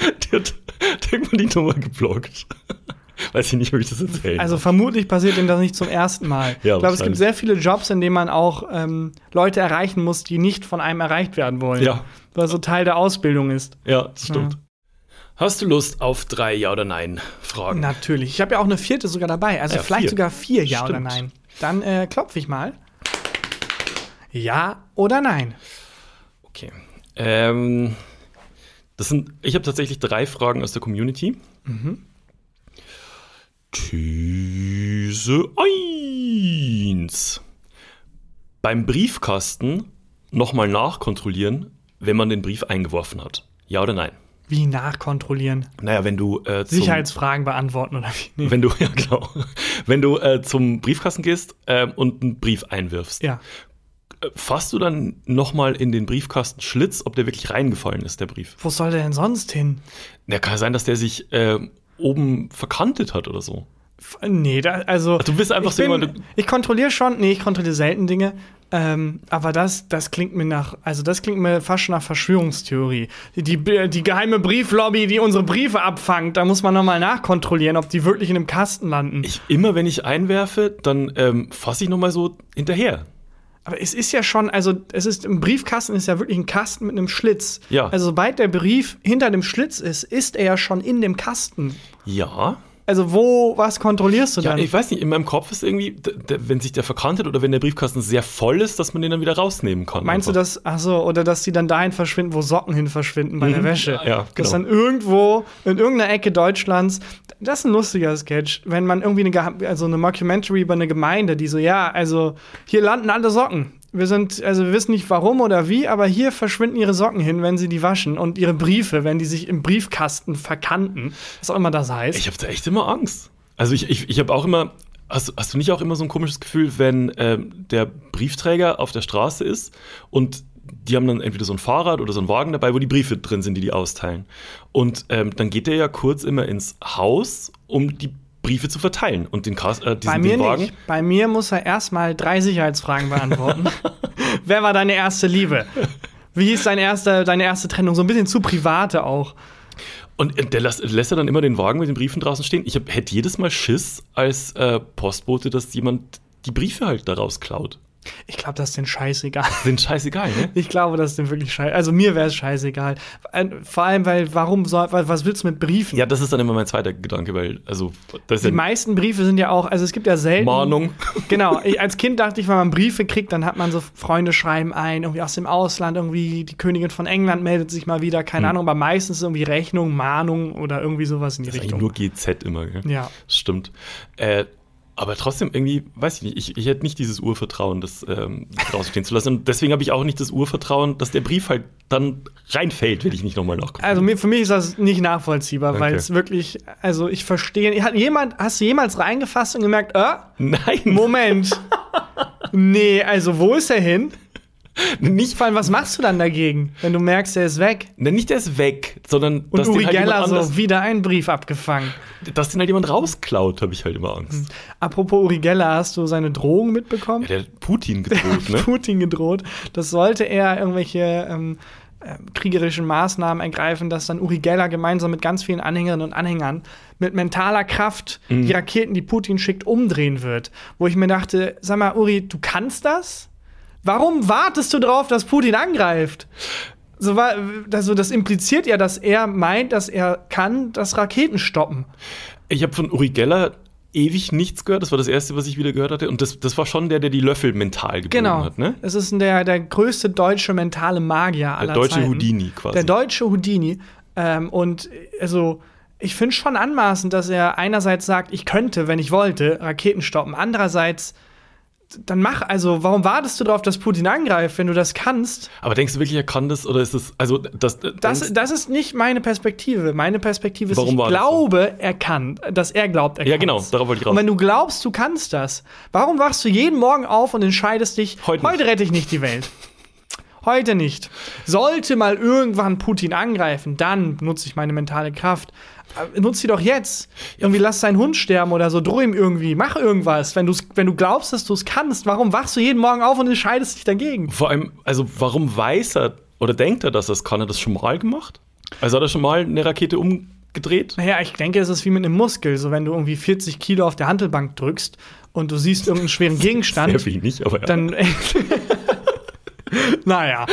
S3: Die hat, die hat irgendwann die Nummer geblockt. Weiß ich nicht, ob ich das erzählen
S2: Also vermutlich passiert ihm das nicht zum ersten Mal.
S3: Genau. Ja,
S2: ich glaube, es gibt
S3: wahrscheinlich.
S2: sehr viele Jobs, in denen man auch ähm, Leute erreichen muss, die nicht von einem erreicht werden wollen.
S3: Ja.
S2: Weil so Teil der Ausbildung ist.
S3: Ja, das stimmt. Hast du Lust auf drei Ja- oder Nein-Fragen?
S2: Natürlich. Ich habe ja auch eine vierte sogar dabei. Also
S3: Ja,
S2: vielleicht
S3: vier.
S2: sogar vier, ja oder
S3: Stimmt.
S2: nein. Dann äh, klopfe ich mal. Ja oder nein?
S3: Okay. Ähm, das sind, ich habe tatsächlich drei Fragen aus der Community. Mhm. These 1. Beim Briefkasten nochmal nachkontrollieren, wenn man den Brief eingeworfen hat. Ja oder nein?
S2: Wie nachkontrollieren?
S3: Naja, wenn du äh, zum-
S2: Sicherheitsfragen beantworten oder wie? Nee.
S3: Wenn du, ja genau, wenn du äh, zum Briefkasten gehst ähm, und einen Brief einwirfst,
S2: Ja.
S3: fasst du dann nochmal in den Briefkasten Schlitz, ob der wirklich reingefallen ist, der Brief?
S2: Wo soll der denn sonst hin?
S3: Ja, kann sein, dass der sich ähm, oben verkantet hat oder so.
S2: F- Nee, da, also.
S3: Du bist einfach
S2: ich
S3: so
S2: bin-
S3: jemand, du-
S2: Ich kontrolliere schon, nee, ich kontrolliere selten Dinge. Ähm, aber das, das klingt mir nach, also das klingt mir fast schon nach Verschwörungstheorie. Die, die, die geheime Brieflobby, die unsere Briefe abfangt, da muss man nochmal nachkontrollieren, ob die wirklich in einem Kasten landen.
S3: Ich, immer wenn ich einwerfe, dann ähm, fasse ich nochmal so hinterher.
S2: Aber es ist ja schon, also es ist im Briefkasten ist ja wirklich ein Kasten mit einem Schlitz.
S3: Ja.
S2: Also sobald der Brief hinter dem Schlitz ist, ist er ja schon in dem Kasten.
S3: Ja,
S2: Also wo, was kontrollierst du
S3: Ja,
S2: dann?
S3: ich weiß nicht, in meinem Kopf ist irgendwie, d- d- wenn sich der verkantet oder wenn der Briefkasten sehr voll ist, dass man den dann wieder rausnehmen kann.
S2: Meinst du
S3: einfach.
S2: das, ach so, oder dass die dann dahin verschwinden, wo Socken hin verschwinden bei der
S3: Mhm.
S2: Wäsche?
S3: Ja, ja, genau.
S2: Dass dann irgendwo, in irgendeiner Ecke Deutschlands, das ist ein lustiger Sketch, wenn man irgendwie eine, Geha- also eine Mockumentary über eine Gemeinde, die so, ja, also hier landen alle Socken. Wir sind, also wir wissen nicht warum oder wie, aber hier verschwinden ihre Socken hin, wenn sie die waschen und ihre Briefe, wenn die sich im Briefkasten verkanten, was auch immer das heißt.
S3: Ich habe da echt immer Angst. Also ich, ich, ich habe auch immer, hast, hast du nicht auch immer so ein komisches Gefühl, wenn ähm, der Briefträger auf der Straße ist und die haben dann entweder so ein Fahrrad oder so einen Wagen dabei, wo die Briefe drin sind, die die austeilen. Und ähm, dann geht der ja kurz immer ins Haus, um die Briefe zu verteilen und den, Kas äh, diesen,
S2: Bei mir
S3: den Wagen.
S2: nicht. Bei mir muss er erstmal drei Sicherheitsfragen beantworten. Wer war deine erste Liebe? Wie hieß dein erster, deine erste Trennung? So ein bisschen zu private auch.
S3: Und äh, der lässt, lässt er dann immer den Wagen mit den Briefen draußen stehen. Ich hab- hätte jedes Mal Schiss als äh, Postbote, dass jemand die Briefe halt daraus klaut.
S2: Ich glaube, das ist den scheißegal.
S3: Sind scheißegal, ne?
S2: Ich glaube, das ist dem wirklich scheißegal. Also mir wäre es scheißegal. Äh, Vor allem, weil warum soll, weil- was willst du mit Briefen?
S3: Ja, das ist dann immer mein zweiter Gedanke, weil, also, das ist
S2: Die
S3: ja
S2: meisten Briefe sind ja auch, also es gibt ja selten.
S3: Mahnung.
S2: Genau, ich, als Kind dachte ich, wenn man Briefe kriegt, dann hat man so Freunde schreiben ein, irgendwie aus dem Ausland, irgendwie die Königin von England meldet sich mal wieder,
S3: Hm.
S2: keine Ahnung, aber meistens ist irgendwie Rechnung, Mahnung oder irgendwie sowas in die
S3: Das ist eigentlich
S2: Richtung.
S3: nur GZ immer, gell?
S2: Ja.
S3: Das stimmt. Äh, aber trotzdem irgendwie, weiß ich nicht, ich, ich hätte nicht dieses Urvertrauen, das ähm, rausstehen zu lassen. Und deswegen habe ich auch nicht das Urvertrauen, dass der Brief halt dann reinfällt, will ich nicht nochmal nachgucken.
S2: Also mir, für mich ist das nicht nachvollziehbar, weil
S3: Okay.
S2: es wirklich, also ich verstehe. Hat jemand, hast du jemals reingefasst und gemerkt, äh,
S3: Nein,
S2: Moment. nee, also wo ist er hin?
S3: nicht,
S2: Vor allem, was machst du dann dagegen, wenn du merkst, er ist weg?
S3: nein, nicht der ist weg, sondern
S2: Und
S3: dass,
S2: Uri
S3: den halt
S2: Geller
S3: jemand anders,
S2: so wieder einen Brief abgefangen.
S3: dass den halt jemand rausklaut, habe ich halt immer
S2: Mhm.
S3: Angst.
S2: Apropos Uri Geller, hast du seine Drohung mitbekommen?
S3: Ja, der hat Putin gedroht, ne?
S2: Putin gedroht. Das sollte er irgendwelche ähm, äh, kriegerischen Maßnahmen ergreifen, dass dann Uri Geller gemeinsam mit ganz vielen Anhängerinnen und Anhängern mit mentaler Kraft
S3: Mhm.
S2: die Raketen, die Putin schickt, umdrehen wird. Wo ich mir dachte, sag mal, Uri, du kannst das? Warum wartest du darauf, dass Putin angreift? So war, also das impliziert ja, dass er meint, dass er kann, dass Raketen stoppen.
S3: Ich habe von Uri Geller ewig nichts gehört. Das war das Erste, was ich wieder gehört hatte. Und das, das war schon der, der die Löffel mental gebogen
S2: Genau.
S3: hat, ne?
S2: Es ist der, der größte deutsche mentale Magier aller
S3: Der deutsche
S2: Zeiten.
S3: Houdini quasi.
S2: Der deutsche Houdini. Ähm, und äh, also, ich finde schon anmaßend, dass er einerseits sagt, ich könnte, wenn ich wollte, Raketen stoppen. Andererseits, dann mach, also, warum wartest du darauf, dass Putin angreift, wenn du das kannst?
S3: Aber denkst du wirklich, er kann das? Oder ist das, also, das,
S2: Das,
S3: denkst-
S2: das ist nicht meine Perspektive. Meine Perspektive ist,
S3: Warum
S2: ich
S3: war das so?
S2: glaube, er kann, dass er glaubt, er
S3: Ja,
S2: kann.
S3: genau, darauf wollte ich raus.
S2: Und wenn du glaubst, du kannst das, warum wachst du jeden Morgen auf und entscheidest dich,
S3: Heute nicht.
S2: rette ich nicht die Welt? Heute nicht. Sollte mal irgendwann Putin angreifen, dann nutze ich meine mentale Kraft. Äh, Nutz sie doch jetzt. Irgendwie lass deinen Hund sterben oder so, droh ihm irgendwie, mach irgendwas. Wenn, du's, wenn du glaubst, dass du es kannst, warum wachst du jeden Morgen auf und entscheidest dich dagegen?
S3: vor allem, also, warum weiß er oder denkt er, dass das kann? Hat er das schon mal gemacht? Also, hat er schon mal eine Rakete umgedreht?
S2: Naja, ich denke, es ist wie mit einem Muskel. So, wenn du irgendwie 40 Kilo auf der Hantelbank drückst und du siehst irgendeinen schweren Gegenstand,
S3: Sehr wenig, aber ja.
S2: dann. naja.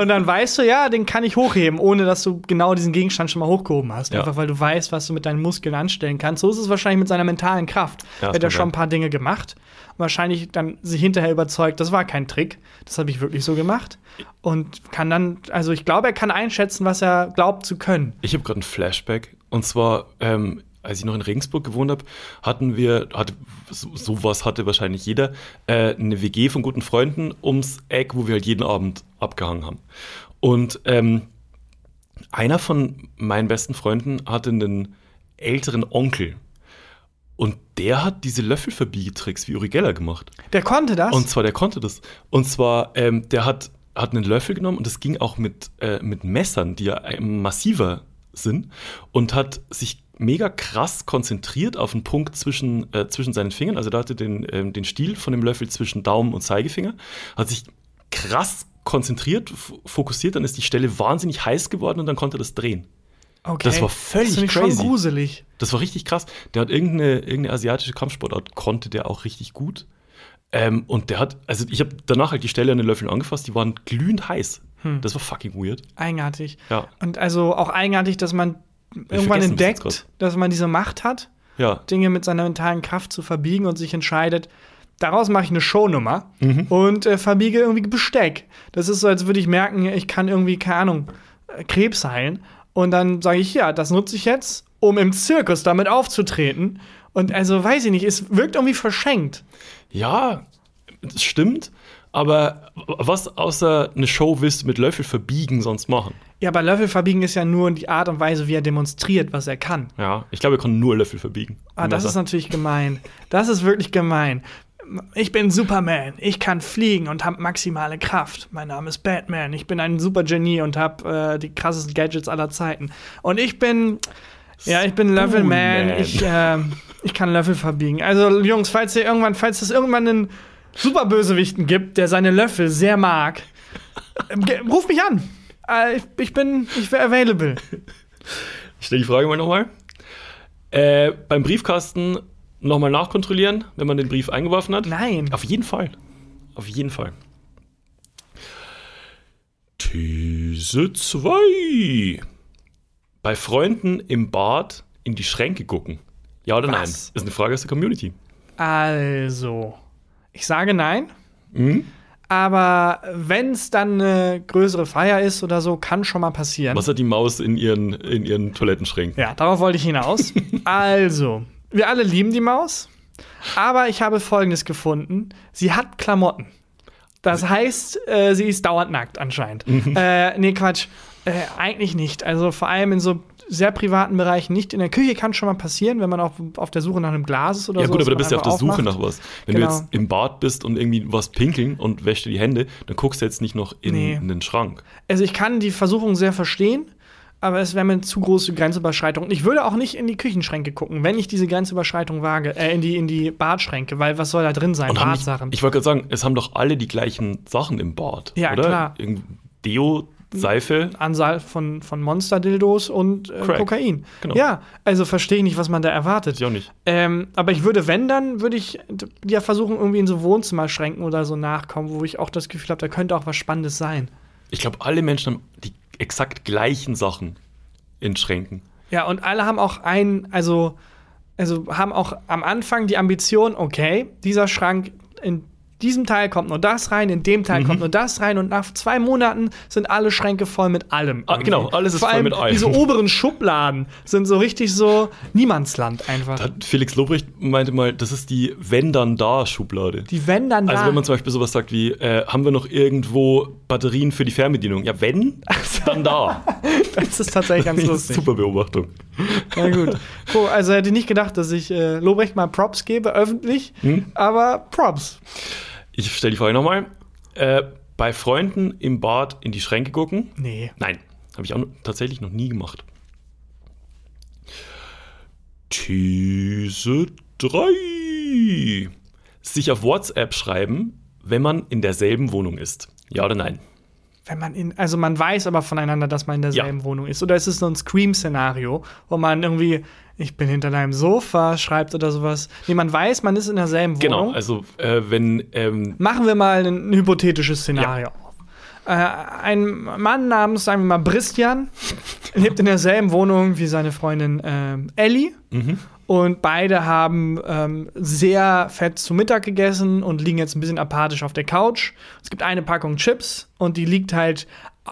S2: Und dann weißt du, ja, den kann ich hochheben, ohne dass du genau diesen Gegenstand schon mal hochgehoben hast.
S3: Ja.
S2: Einfach weil du weißt, was du mit deinen Muskeln anstellen kannst. So ist es wahrscheinlich mit seiner mentalen Kraft.
S3: Ja, das
S2: Hat er
S3: kann
S2: schon
S3: sein.
S2: ein paar Dinge gemacht. Und wahrscheinlich dann sich hinterher überzeugt, das war kein Trick. Das habe ich wirklich so gemacht. Und kann dann, also ich glaube, er kann einschätzen, was er glaubt zu können.
S3: Ich habe gerade ein Flashback. Und zwar, ähm, als ich noch in Regensburg gewohnt habe, hatten wir, hatte, so, sowas hatte wahrscheinlich jeder, äh, eine WG von guten Freunden ums Eck, wo wir halt jeden Abend abgehangen haben. Und ähm, einer von meinen besten Freunden hatte einen älteren Onkel. Und der hat diese Löffelverbiegetricks wie Uri Geller gemacht.
S2: Der konnte das.
S3: Und zwar, der konnte das. Und zwar, ähm, der hat, hat einen Löffel genommen und das ging auch mit, äh, mit Messern, die ja äh, massiver sind, und hat sich mega krass konzentriert auf einen Punkt zwischen, äh, zwischen seinen Fingern. Also, da hatte den, ähm, den Stiel von dem Löffel zwischen Daumen und Zeigefinger, hat sich krass konzentriert, f- fokussiert, dann ist die Stelle wahnsinnig heiß geworden und dann konnte er das drehen.
S2: okay.
S3: das war völlig
S2: das finde ich
S3: crazy.
S2: schon gruselig.
S3: Das war richtig krass. Der hat irgendeine, irgendeine asiatische Kampfsportart, konnte der auch richtig gut. Ähm, und der hat, also ich habe danach halt die Stelle an den Löffeln angefasst, die waren glühend heiß.
S2: Hm.
S3: Das war fucking weird.
S2: Eigenartig.
S3: Ja.
S2: Und also auch eigenartig, dass man irgendwann
S3: vergessen, bis jetzt
S2: entdeckt,
S3: kurz.
S2: dass man diese Macht hat
S3: Ja.
S2: Dinge mit seiner mentalen Kraft zu verbiegen und sich entscheidet, daraus mache ich eine Shownummer
S3: Mhm.
S2: und äh, verbiege irgendwie Besteck. Das ist so, als würde ich merken, ich kann irgendwie, keine Ahnung, äh, Krebs heilen. Und dann sage ich, ja, das nutze ich jetzt, um im Zirkus damit aufzutreten. Und also weiß ich nicht, es wirkt irgendwie verschenkt.
S3: Ja, das stimmt. Aber was außer eine Show willst du mit Löffel verbiegen sonst machen?
S2: Ja, aber Löffel verbiegen ist ja nur die Art und Weise, wie er demonstriert, was er kann.
S3: Ja, ich glaube, wir können nur Löffel verbiegen.
S2: Ah, das ist
S3: Messer.
S2: natürlich gemein. Das ist wirklich gemein. Ich bin Superman. Ich kann fliegen und habe maximale Kraft. Mein Name ist Batman. Ich bin ein Supergenie und habe äh, die krassesten Gadgets aller Zeiten. Und ich bin. Ja, ich bin
S3: Spoonman.
S2: Löffelman. Ich, äh, ich kann Löffel verbiegen. Also, Jungs, falls ihr irgendwann, falls es irgendwann einen Superbösewichten gibt, der seine Löffel sehr mag, äh, ge- ruf mich an. Äh, ich, ich bin. Ich wäre available.
S3: ich stelle die Frage mal nochmal. Äh, beim Briefkasten nochmal nachkontrollieren, wenn man den Brief eingeworfen hat.
S2: Nein.
S3: Auf jeden Fall. Auf jeden Fall. These 2. Bei Freunden im Bad in die Schränke gucken. Ja oder nein?
S2: Was? Ähm.
S3: Ist eine Frage aus der Community.
S2: Also, ich sage nein.
S3: Mhm.
S2: Aber wenn es dann eine größere Feier ist oder so, kann schon mal passieren.
S3: Was hat die Maus in ihren, in ihren Toilettenschränken?
S2: Ja, darauf wollte ich hinaus. also, wir alle lieben die Maus, aber ich habe Folgendes gefunden. Sie hat Klamotten. Das heißt, äh, sie ist dauernd nackt anscheinend.
S3: Mhm.
S2: äh, nee, Quatsch. Äh, eigentlich nicht. Also vor allem in so sehr privaten Bereichen nicht. In der Küche kann schon mal passieren, wenn man auf, auf der Suche nach einem Glas ist oder
S3: Ja,
S2: so.
S3: gut,
S2: dass
S3: aber da
S2: man
S3: bist du auf
S2: einfach
S3: der Suche
S2: aufmacht.
S3: nach was. Wenn
S2: Genau.
S3: du jetzt im Bad bist und irgendwie was pinkeln und wäschst dir die Hände, dann guckst du jetzt nicht noch in,
S2: Nee.
S3: in den Schrank.
S2: Also ich kann die Versuchung sehr verstehen, aber es wäre mir eine zu große Grenzüberschreitung. Und ich würde auch nicht in die Küchenschränke gucken, wenn ich diese Grenzüberschreitung wage, äh, in die, in die Badschränke, weil was soll da drin sein?
S3: Und haben nicht,
S2: Badsachen.
S3: ich wollte gerade sagen, es haben doch alle die gleichen Sachen im Bad.
S2: Ja,
S3: oder?
S2: klar.
S3: Irgend- Deo, Seife.
S2: Anzahl von, von Monster-Dildos und äh,
S3: Crack.
S2: Kokain.
S3: Genau.
S2: Ja, also verstehe ich nicht, was man da erwartet.
S3: Ich auch nicht.
S2: Ähm, aber ich würde, wenn, dann würde ich d- ja versuchen, irgendwie in so Wohnzimmerschränken oder so nachkommen, wo ich auch das Gefühl habe, da könnte auch was Spannendes sein.
S3: Ich glaube, alle Menschen haben die exakt gleichen Sachen in Schränken.
S2: Ja, und alle haben auch ein, also, also haben auch am Anfang die Ambition, okay, dieser Schrank in diesem Teil kommt nur das rein, in dem
S3: Mhm.
S2: Teil kommt nur das rein und nach zwei Monaten sind alle Schränke voll mit allem.
S3: Ah, genau,
S2: irgendwie.
S3: alles ist
S2: Vor
S3: voll
S2: allem
S3: mit allem.
S2: Diese oberen Schubladen sind so richtig so Niemandsland einfach.
S3: Da hat Felix Lobrecht meinte mal, das ist die Wenn dann da Schublade.
S2: die wenn dann da.
S3: also wenn man zum Beispiel sowas sagt wie, äh, haben wir noch irgendwo Batterien für die Fernbedienung? Ja, wenn, dann da.
S2: das ist tatsächlich Also ganz lustig.
S3: Super Beobachtung.
S2: Na gut. Cool, also hätte ich nicht gedacht, dass ich äh, Lobrecht mal Props gebe, öffentlich,
S3: Hm?
S2: aber Props.
S3: Ich stelle die Frage nochmal. Äh, bei Freunden im Bad in die Schränke gucken?
S2: Nee.
S3: Nein, habe ich auch noch- tatsächlich noch nie gemacht. These 3. Sich auf WhatsApp schreiben, wenn man in derselben Wohnung ist. Ja oder nein?
S2: Wenn man in, also man weiß aber voneinander, dass man in derselben
S3: Ja.
S2: Wohnung ist. Oder ist es so ein Scream-Szenario, wo man irgendwie, ich bin hinter deinem Sofa, schreibt oder sowas. Nee, man weiß, man ist in derselben
S3: Genau,
S2: Wohnung.
S3: also äh, wenn, ähm,
S2: Machen wir mal ein, ein hypothetisches Szenario auf. Äh, ein Mann namens, sagen wir mal, Bristian, lebt in derselben Wohnung wie seine Freundin ähm, Ellie. Und beide haben ähm, sehr fett zu Mittag gegessen und liegen jetzt ein bisschen apathisch auf der Couch. Es gibt eine Packung Chips und die liegt halt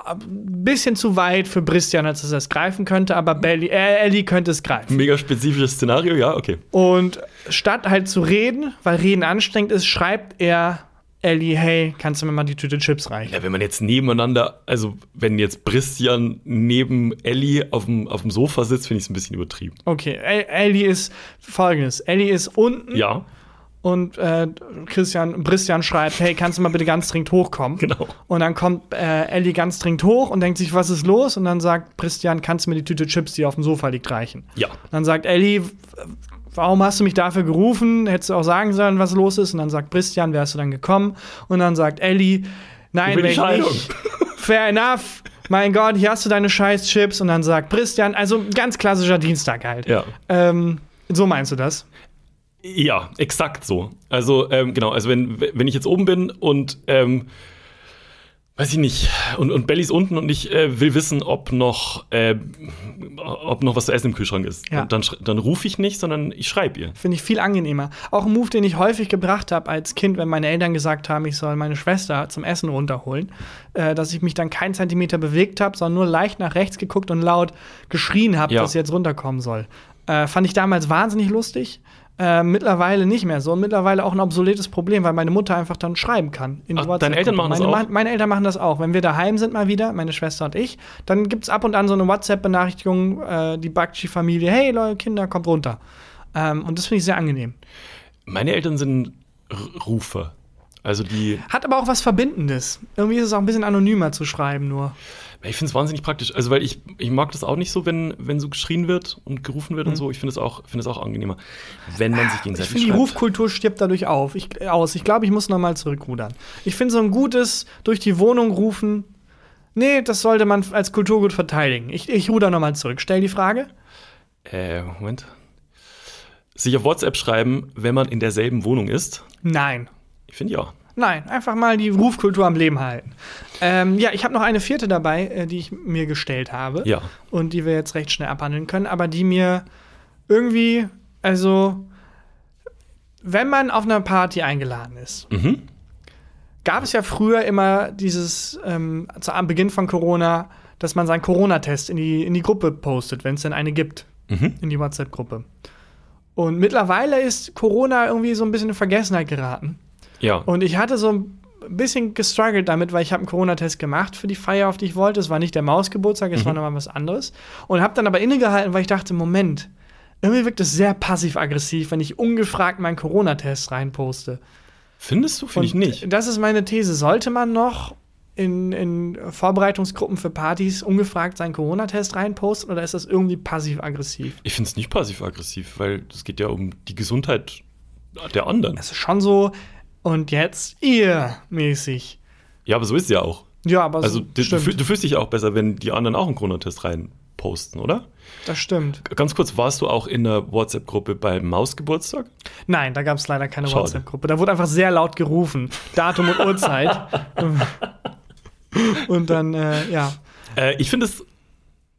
S2: äh, ein bisschen zu weit für Bristian, als dass er es greifen könnte, aber Belly, äh, Ellie könnte es greifen.
S3: mega spezifisches Szenario, ja, okay.
S2: Und statt halt zu reden, weil reden anstrengend ist, schreibt er Ellie, hey, kannst du mir mal die Tüte Chips reichen?
S3: Ja, wenn man jetzt nebeneinander, also wenn jetzt Christian neben Ellie auf dem, auf dem Sofa sitzt, finde ich es ein bisschen übertrieben.
S2: Okay, El Ellie ist folgendes. Ellie ist unten
S3: Ja,
S2: und äh, Christian, Christian schreibt, hey, kannst du mal bitte ganz dringend hochkommen?
S3: Genau.
S2: Und dann kommt äh, Ellie ganz dringend hoch und denkt sich, was ist los? Und dann sagt Christian, kannst du mir die Tüte Chips, die auf dem Sofa liegt, reichen?
S3: ja.
S2: Dann sagt Ellie, w- warum hast du mich dafür gerufen? Hättest du auch sagen sollen, was los ist. Und dann sagt Christian, wärst du dann gekommen? Und dann sagt Ellie, nein,
S3: Über die
S2: wär ich
S3: Scheidung.
S2: nicht. Fair enough. Mein Gott, hier hast du deine scheiß Chips. Und dann sagt Christian, also ganz klassischer Dienstag halt.
S3: Ja.
S2: Ähm, so meinst du das?
S3: Ja, exakt so. Also ähm, genau, also wenn, wenn ich jetzt oben bin und ähm, Weiß ich nicht. Und, und Belly ist unten und ich äh, will wissen, ob noch, äh, ob noch was zu essen im Kühlschrank ist.
S2: Ja.
S3: Und dann, schr- dann rufe ich nicht, sondern ich schreibe ihr.
S2: Finde ich viel angenehmer. Auch ein Move, den ich häufig gebracht habe als Kind, wenn meine Eltern gesagt haben, ich soll meine Schwester zum Essen runterholen, äh, dass ich mich dann keinen Zentimeter bewegt habe, sondern nur leicht nach rechts geguckt und laut geschrien habe,
S3: Ja.
S2: dass sie jetzt runterkommen soll. Äh, fand ich damals wahnsinnig lustig. Äh, mittlerweile nicht mehr so. Und mittlerweile auch ein obsoletes Problem, weil meine Mutter einfach dann schreiben kann. in die
S3: Ach, deine
S2: WhatsApp-Gruppe.
S3: Eltern machen das
S2: meine,
S3: auch?
S2: ma- Meine Eltern machen das auch. Wenn wir daheim sind mal wieder, meine Schwester und ich, dann gibt es ab und an so eine WhatsApp-Benachrichtigung, äh, die Bakchi-Familie, hey Leute, Kinder, kommt runter. Ähm, und das finde ich sehr angenehm.
S3: Meine Eltern sind R Rufer. Also die,
S2: Hat aber auch was Verbindendes. Irgendwie ist es auch ein bisschen anonymer zu schreiben nur.
S3: ich finde es wahnsinnig praktisch. Also weil ich, ich mag das auch nicht so, wenn, wenn so geschrien wird und gerufen wird und so. Ich finde es auch, finde es auch angenehmer, wenn man sich
S2: Mhm. Ich
S3: gegenseitig
S2: finde, die
S3: schreibt.
S2: Rufkultur stirbt dadurch auf. Ich, aus. Ich glaube, ich muss nochmal zurückrudern. Ich finde so ein gutes durch die Wohnung rufen, nee, das sollte man als Kulturgut verteidigen. Ich, ich ruder nochmal zurück. Stell die Frage.
S3: Äh, Moment. Sich auf WhatsApp schreiben, wenn man in derselben Wohnung ist.
S2: Nein.
S3: Ich finde ja.
S2: Nein, einfach mal die Rufkultur am Leben halten. Ähm, ja, ich habe noch eine vierte dabei, äh, die ich mir gestellt habe.
S3: Ja.
S2: Und die wir jetzt recht schnell abhandeln können, aber die mir irgendwie, also, wenn man auf einer Party eingeladen ist,
S3: Mhm.
S2: gab es ja früher immer dieses, ähm, zu, am Beginn von Corona, dass man seinen Corona-Test in die, in die Gruppe postet, wenn es denn eine gibt,
S3: Mhm.
S2: in die WhatsApp-Gruppe. Und mittlerweile ist Corona irgendwie so ein bisschen in Vergessenheit geraten.
S3: Ja.
S2: Und ich hatte so ein bisschen gestruggelt damit, weil ich habe einen Corona-Test gemacht für die Feier, auf die ich wollte. Es war nicht der Mausgeburtstag, es war
S3: Mhm.
S2: nochmal was anderes. Und habe dann aber innegehalten, weil ich dachte, Moment, irgendwie wirkt es sehr passiv-aggressiv, wenn ich ungefragt meinen Corona-Test reinposte.
S3: Findest du? Finde ich
S2: Und äh,
S3: nicht.
S2: Das ist meine These. Sollte man noch in, in Vorbereitungsgruppen für Partys ungefragt seinen Corona-Test reinposten oder ist das irgendwie passiv-aggressiv?
S3: Ich finde es nicht passiv-aggressiv, weil es geht ja um die Gesundheit der anderen.
S2: Es ist schon so, und jetzt ihr mäßig.
S3: Ja, aber so ist es ja auch.
S2: Ja, aber
S3: Also
S2: so,
S3: du, du,
S2: stimmt,
S3: fühl- du fühlst dich auch besser, wenn die anderen auch einen Corona-Test reinposten, oder?
S2: das stimmt.
S3: Ganz kurz, warst du auch in der WhatsApp-Gruppe beim Mausgeburtstag?
S2: Nein, da gab es leider keine
S3: Schade.
S2: WhatsApp-Gruppe. Da wurde einfach sehr laut gerufen. Datum und Uhrzeit. und dann, äh, ja.
S3: Äh, ich finde es,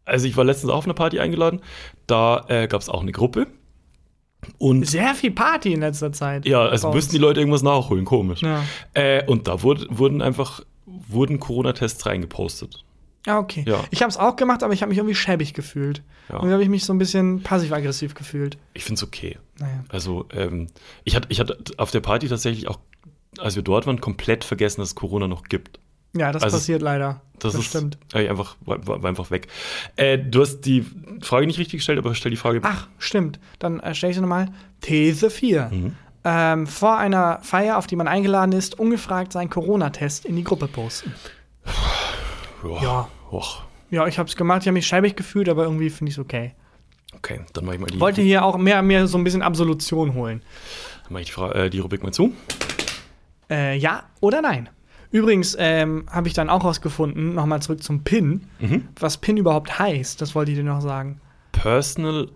S3: also ich war letztens auch auf eine Party eingeladen, da äh, gab es auch eine Gruppe. Und
S2: Sehr viel Party in letzter Zeit.
S3: ja, also
S2: Bei
S3: müssten die
S2: uns.
S3: Leute irgendwas nachholen, komisch.
S2: Ja.
S3: Äh, und da wurde, wurden einfach wurden Corona-Tests reingepostet.
S2: Ah, okay.
S3: Ja.
S2: Ich habe es auch gemacht, aber ich habe mich irgendwie schäbig gefühlt.
S3: Ja.
S2: Irgendwie habe ich mich so ein bisschen passiv-aggressiv gefühlt.
S3: Ich finde es okay.
S2: Naja.
S3: Also, ähm, ich hatte ich hatte auf der Party tatsächlich auch, als wir dort waren, komplett vergessen, dass es Corona noch gibt.
S2: Ja, das
S3: Also,
S2: passiert leider.
S3: Das, ist
S2: stimmt.
S3: Hab ich einfach, war, war war einfach weg. Äh, du hast die Frage nicht richtig gestellt, aber stell die Frage.
S2: Ach, stimmt. Dann äh, stelle ich sie nochmal. These 4.
S3: Mhm.
S2: Ähm, vor einer Feier, auf die man eingeladen ist, ungefragt seinen Corona-Test in die Gruppe posten.
S3: Boah,
S2: ja.
S3: boah.
S2: Ja, ich habe es gemacht. Ich habe mich schäbig gefühlt, aber irgendwie finde ich es okay.
S3: Okay, dann mache ich mal die,
S2: Wollte hier auch mehr, mehr so ein bisschen Absolution holen.
S3: dann mach ich die, Fra- äh, die Rubrik mal zu.
S2: Äh, ja oder nein? Übrigens ähm, habe ich dann auch rausgefunden, nochmal zurück zum PIN,
S3: Mhm.
S2: was PIN überhaupt heißt. Das wollte ich dir noch sagen.
S3: Personal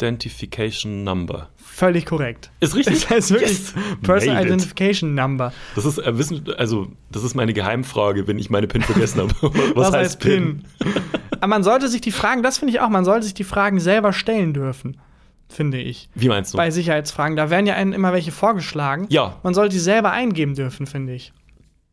S3: Identification Number.
S2: Völlig korrekt.
S3: Ist richtig.
S2: Das heißt wirklich
S3: Yes.
S2: Personal
S3: Nailed it.
S2: Identification Number.
S3: Das ist, äh, wissen, also, das ist meine Geheimfrage, wenn ich meine PIN vergessen habe. Was, heißt PIN?
S2: Aber man sollte sich die Fragen, das finde ich auch, man sollte sich die Fragen selber stellen dürfen, finde ich.
S3: Wie meinst du?
S2: Bei Sicherheitsfragen, da werden ja einem immer welche vorgeschlagen.
S3: Ja.
S2: Man sollte die selber eingeben dürfen, finde ich.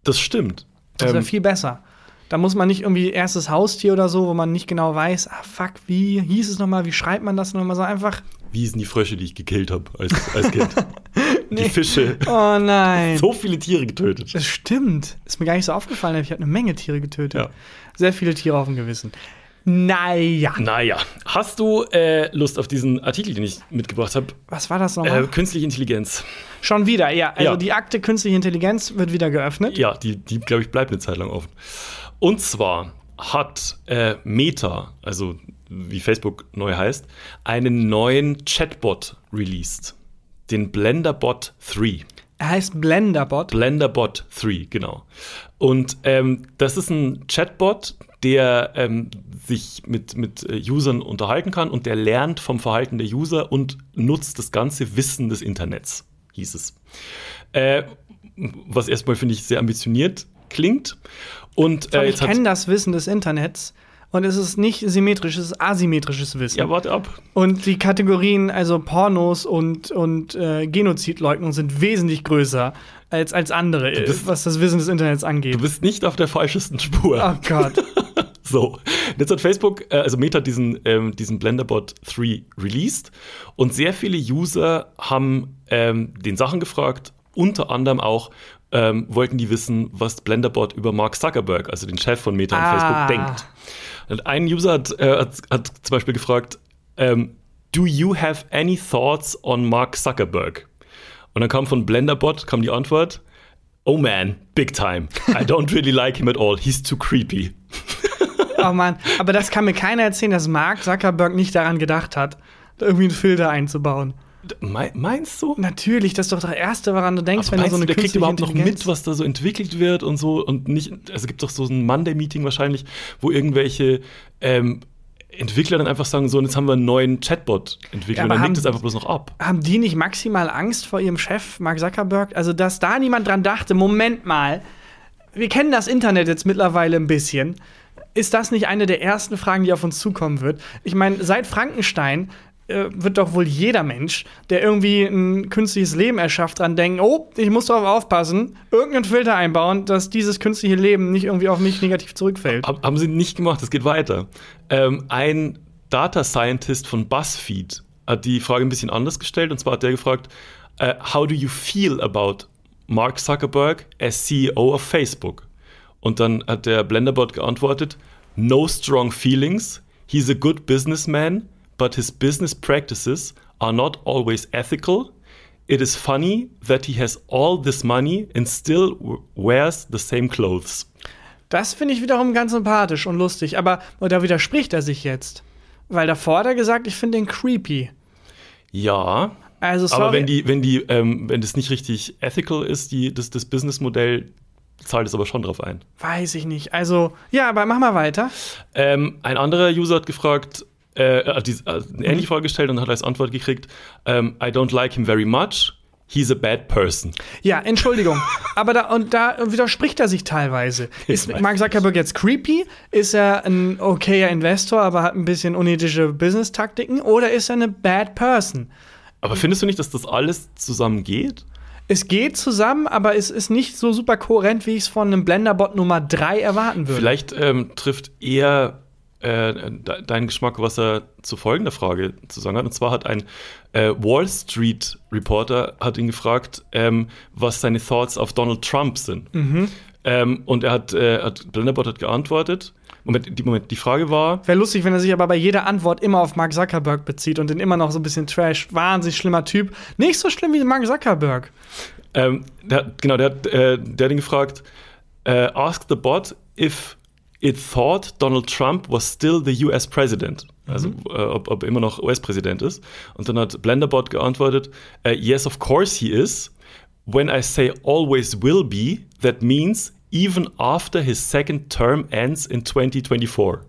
S3: das stimmt.
S2: Das wäre
S3: Ähm,
S2: viel besser. Da muss man nicht irgendwie erstes Haustier oder so, wo man nicht genau weiß, ah fuck, wie hieß es nochmal, wie schreibt man das nochmal, so einfach.
S3: Wie sind die Frösche, die ich gekillt habe als, als Kind? Die Fische.
S2: Oh nein.
S3: So viele Tiere getötet.
S2: Das stimmt. Ist mir gar nicht so aufgefallen, aber ich habe eine Menge Tiere getötet.
S3: Ja.
S2: Sehr viele Tiere auf dem Gewissen. Naja.
S3: Naja, hast du äh, Lust auf diesen Artikel, den ich mitgebracht habe?
S2: Was war das nochmal?
S3: Äh, künstliche Intelligenz.
S2: Schon wieder, ja. Also
S3: Ja.
S2: die Akte Künstliche Intelligenz wird wieder geöffnet.
S3: Ja, die, die glaube ich, bleibt eine Zeit lang offen. Und zwar hat äh, Meta, also wie Facebook neu heißt, einen neuen Chatbot released. Den Blenderbot 3.
S2: Er heißt
S3: Äh,
S2: Blenderbot.
S3: Blenderbot 3, genau. Und ähm, das ist ein Chatbot, der ähm, sich mit, mit äh, Usern unterhalten kann und der lernt vom Verhalten der User und nutzt das ganze Wissen des Internets, hieß es. Äh, was erstmal, finde ich, sehr ambitioniert klingt. Und äh,
S2: ich
S3: jetzt hat.
S2: kenne das Wissen des Internets und es ist nicht symmetrisches, es ist asymmetrisches Wissen.
S3: Ja, warte ab.
S2: Und die Kategorien, also Pornos und, und äh, Genozidleugnung, sind wesentlich größer als, als andere, äh,
S3: bist-
S2: was das Wissen des Internets
S3: Du
S2: angeht.
S3: bist nicht auf der falschesten Spur.
S2: Oh Gott.
S3: So, jetzt hat Facebook, äh, also Meta, hat diesen, ähm, diesen Blenderbot 3 released und sehr viele User haben ähm, den Sachen gefragt, unter anderem auch ähm, wollten die wissen, was Blenderbot über Mark Zuckerberg, also den Chef von Meta und Facebook,
S2: Ah.
S3: denkt. Und ein User hat, äh, hat, hat zum Beispiel gefragt, ähm, do you have any thoughts on Mark Zuckerberg? Und dann kam von Blenderbot kam die Antwort, oh man, big time. I don't really like him at all. He's too creepy.
S2: Oh Mann. Aber das kann mir keiner erzählen, dass Mark Zuckerberg nicht daran gedacht hat, da irgendwie einen Filter einzubauen.
S3: Me meinst du?
S2: Natürlich, das ist doch das Erste, woran du denkst,
S3: Aber
S2: wenn du
S3: meinst
S2: so eine
S3: du, der kriegt
S2: künstliche
S3: überhaupt noch
S2: Intelligenz-
S3: mit, was da so entwickelt wird und so und nicht, also gibt doch so ein Monday-Meeting wahrscheinlich, wo irgendwelche ähm, Entwickler dann einfach sagen, so, und jetzt haben wir einen neuen Chatbot entwickelt
S2: Ja,
S3: und
S2: aber
S3: dann
S2: haben-
S3: nickt es einfach bloß noch ab.
S2: Haben die nicht maximal Angst vor ihrem Chef, Mark Zuckerberg? Also, dass da niemand dran dachte, Moment mal, wir kennen das Internet jetzt mittlerweile ein bisschen. Ist das nicht eine der ersten Fragen, die auf uns zukommen wird? Ich meine, seit Frankenstein äh, wird doch wohl jeder Mensch, der irgendwie ein künstliches Leben erschafft, dran denken, oh, ich muss darauf aufpassen, irgendeinen Filter einbauen, dass dieses künstliche Leben nicht irgendwie auf mich negativ zurückfällt.
S3: Hab, haben sie nicht gemacht, es geht weiter. Ähm, ein Data Scientist von BuzzFeed hat die Frage ein bisschen anders gestellt und zwar hat der gefragt, äh, how do you feel about Mark Zuckerberg as CEO of Facebook? Und dann hat der Blenderbot geantwortet, no strong feelings, he's a good businessman, but his business practices are not always ethical. It is funny that he has all this money and still wears the same clothes.
S2: Das finde ich wiederum ganz sympathisch und lustig, aber da widerspricht er sich jetzt. Weil davor hat er gesagt, ich finde ihn creepy.
S3: Ja,
S2: Also sorry.
S3: Aber wenn die, wenn die, ähm, wenn das nicht richtig ethical ist, die, das, das Businessmodell zahlt es aber schon drauf ein.
S2: Weiß ich nicht. Also, ja, aber mach mal weiter.
S3: Ähm, ein anderer User hat gefragt, äh, hat die, äh, eine ähnliche Frage gestellt und hat als Antwort gekriegt, ähm, I don't like him very much, he's a bad person.
S2: Ja, Entschuldigung. aber da und da widerspricht er sich teilweise. Ist
S3: weiß
S2: Mark Zuckerberg jetzt creepy? Ist er ein okayer Investor, aber hat ein bisschen unethische Business-Taktiken? Oder ist er eine bad person?
S3: Aber findest du nicht, dass das alles zusammengeht?
S2: Es geht zusammen, aber es ist nicht so super kohärent, wie ich es von einem Blenderbot Nummer 3 erwarten würde.
S3: Vielleicht ähm, trifft eher äh, de deinen Geschmack, was er zu folgender Frage zu sagen hat. Und zwar hat ein äh, Wall Street Reporter hat ihn gefragt, ähm, was seine Thoughts auf Donald Trump sind. Ähm, und er hat, äh, hat Blenderbot hat geantwortet. Moment, die, Moment, die Frage war,
S2: Wäre lustig, wenn er sich aber bei jeder Antwort immer auf Mark Zuckerberg bezieht und den immer noch so ein bisschen trash. Wahnsinnig schlimmer Typ. Nicht so schlimm wie Mark Zuckerberg.
S3: ähm, der, hat- genau, der, hat, äh, der hat ihn gefragt, äh, ask the bot if it thought Donald Trump was still the US President. Also äh, ob, ob er immer noch US-Präsident ist. Und dann hat Blenderbot geantwortet, äh, yes, of course he is. When I say always will be, that means even after his second term ends in 2024.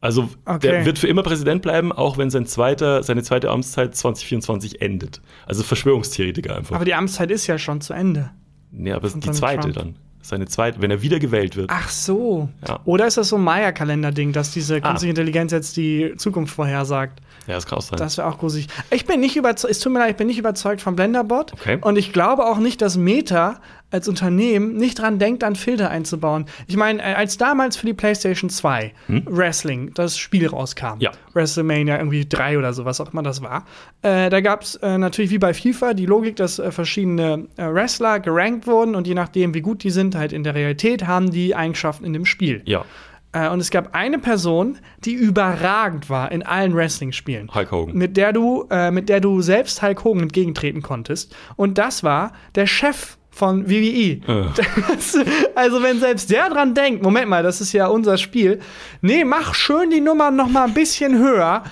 S3: Also
S2: Okay.
S3: der wird für immer Präsident bleiben, auch wenn sein zweiter, seine zweite Amtszeit 2024 endet. Also Verschwörungstheoretiker einfach.
S2: Aber die Amtszeit ist ja schon zu Ende.
S3: Nee, aber die
S2: Donald
S3: zweite
S2: Trump. Ah,
S3: dann. Seine zweite, wenn er wieder gewählt wird.
S2: Ach so.
S3: Ja.
S2: Oder ist das so ein Maya-Kalender-Ding, dass diese
S3: Ah.
S2: künstliche Intelligenz jetzt die Zukunft vorhersagt?
S3: Ja, das kann auch sein.
S2: Das wäre auch gruselig. Ich bin nicht überzeugt, es tut mir leid, ich bin nicht überzeugt von Blenderbot.
S3: Okay.
S2: Und ich glaube auch nicht, dass Meta als Unternehmen nicht dran denkt, dann Filter einzubauen. Ich meine, äh, als damals für die PlayStation 2 Wrestling das Spiel rauskam,
S3: Hm? Ja.
S2: WrestleMania irgendwie 3 oder so, was auch immer das war, äh, da gab es äh, natürlich wie bei FIFA die Logik, dass äh, verschiedene äh, Wrestler gerankt wurden und je nachdem, wie gut die sind, halt in der Realität, haben die Eigenschaften in dem Spiel.
S3: ja,
S2: Äh, und es gab eine Person, die überragend war in allen Wrestling-Spielen.
S3: Hulk Hogan.
S2: Mit der du, äh, mit der du selbst Hulk Hogan entgegentreten konntest. Und das war der Chef von WWE. Das, also wenn selbst der dran denkt, Moment mal, das ist ja unser Spiel. Nee, mach schön die Nummer noch mal ein bisschen höher.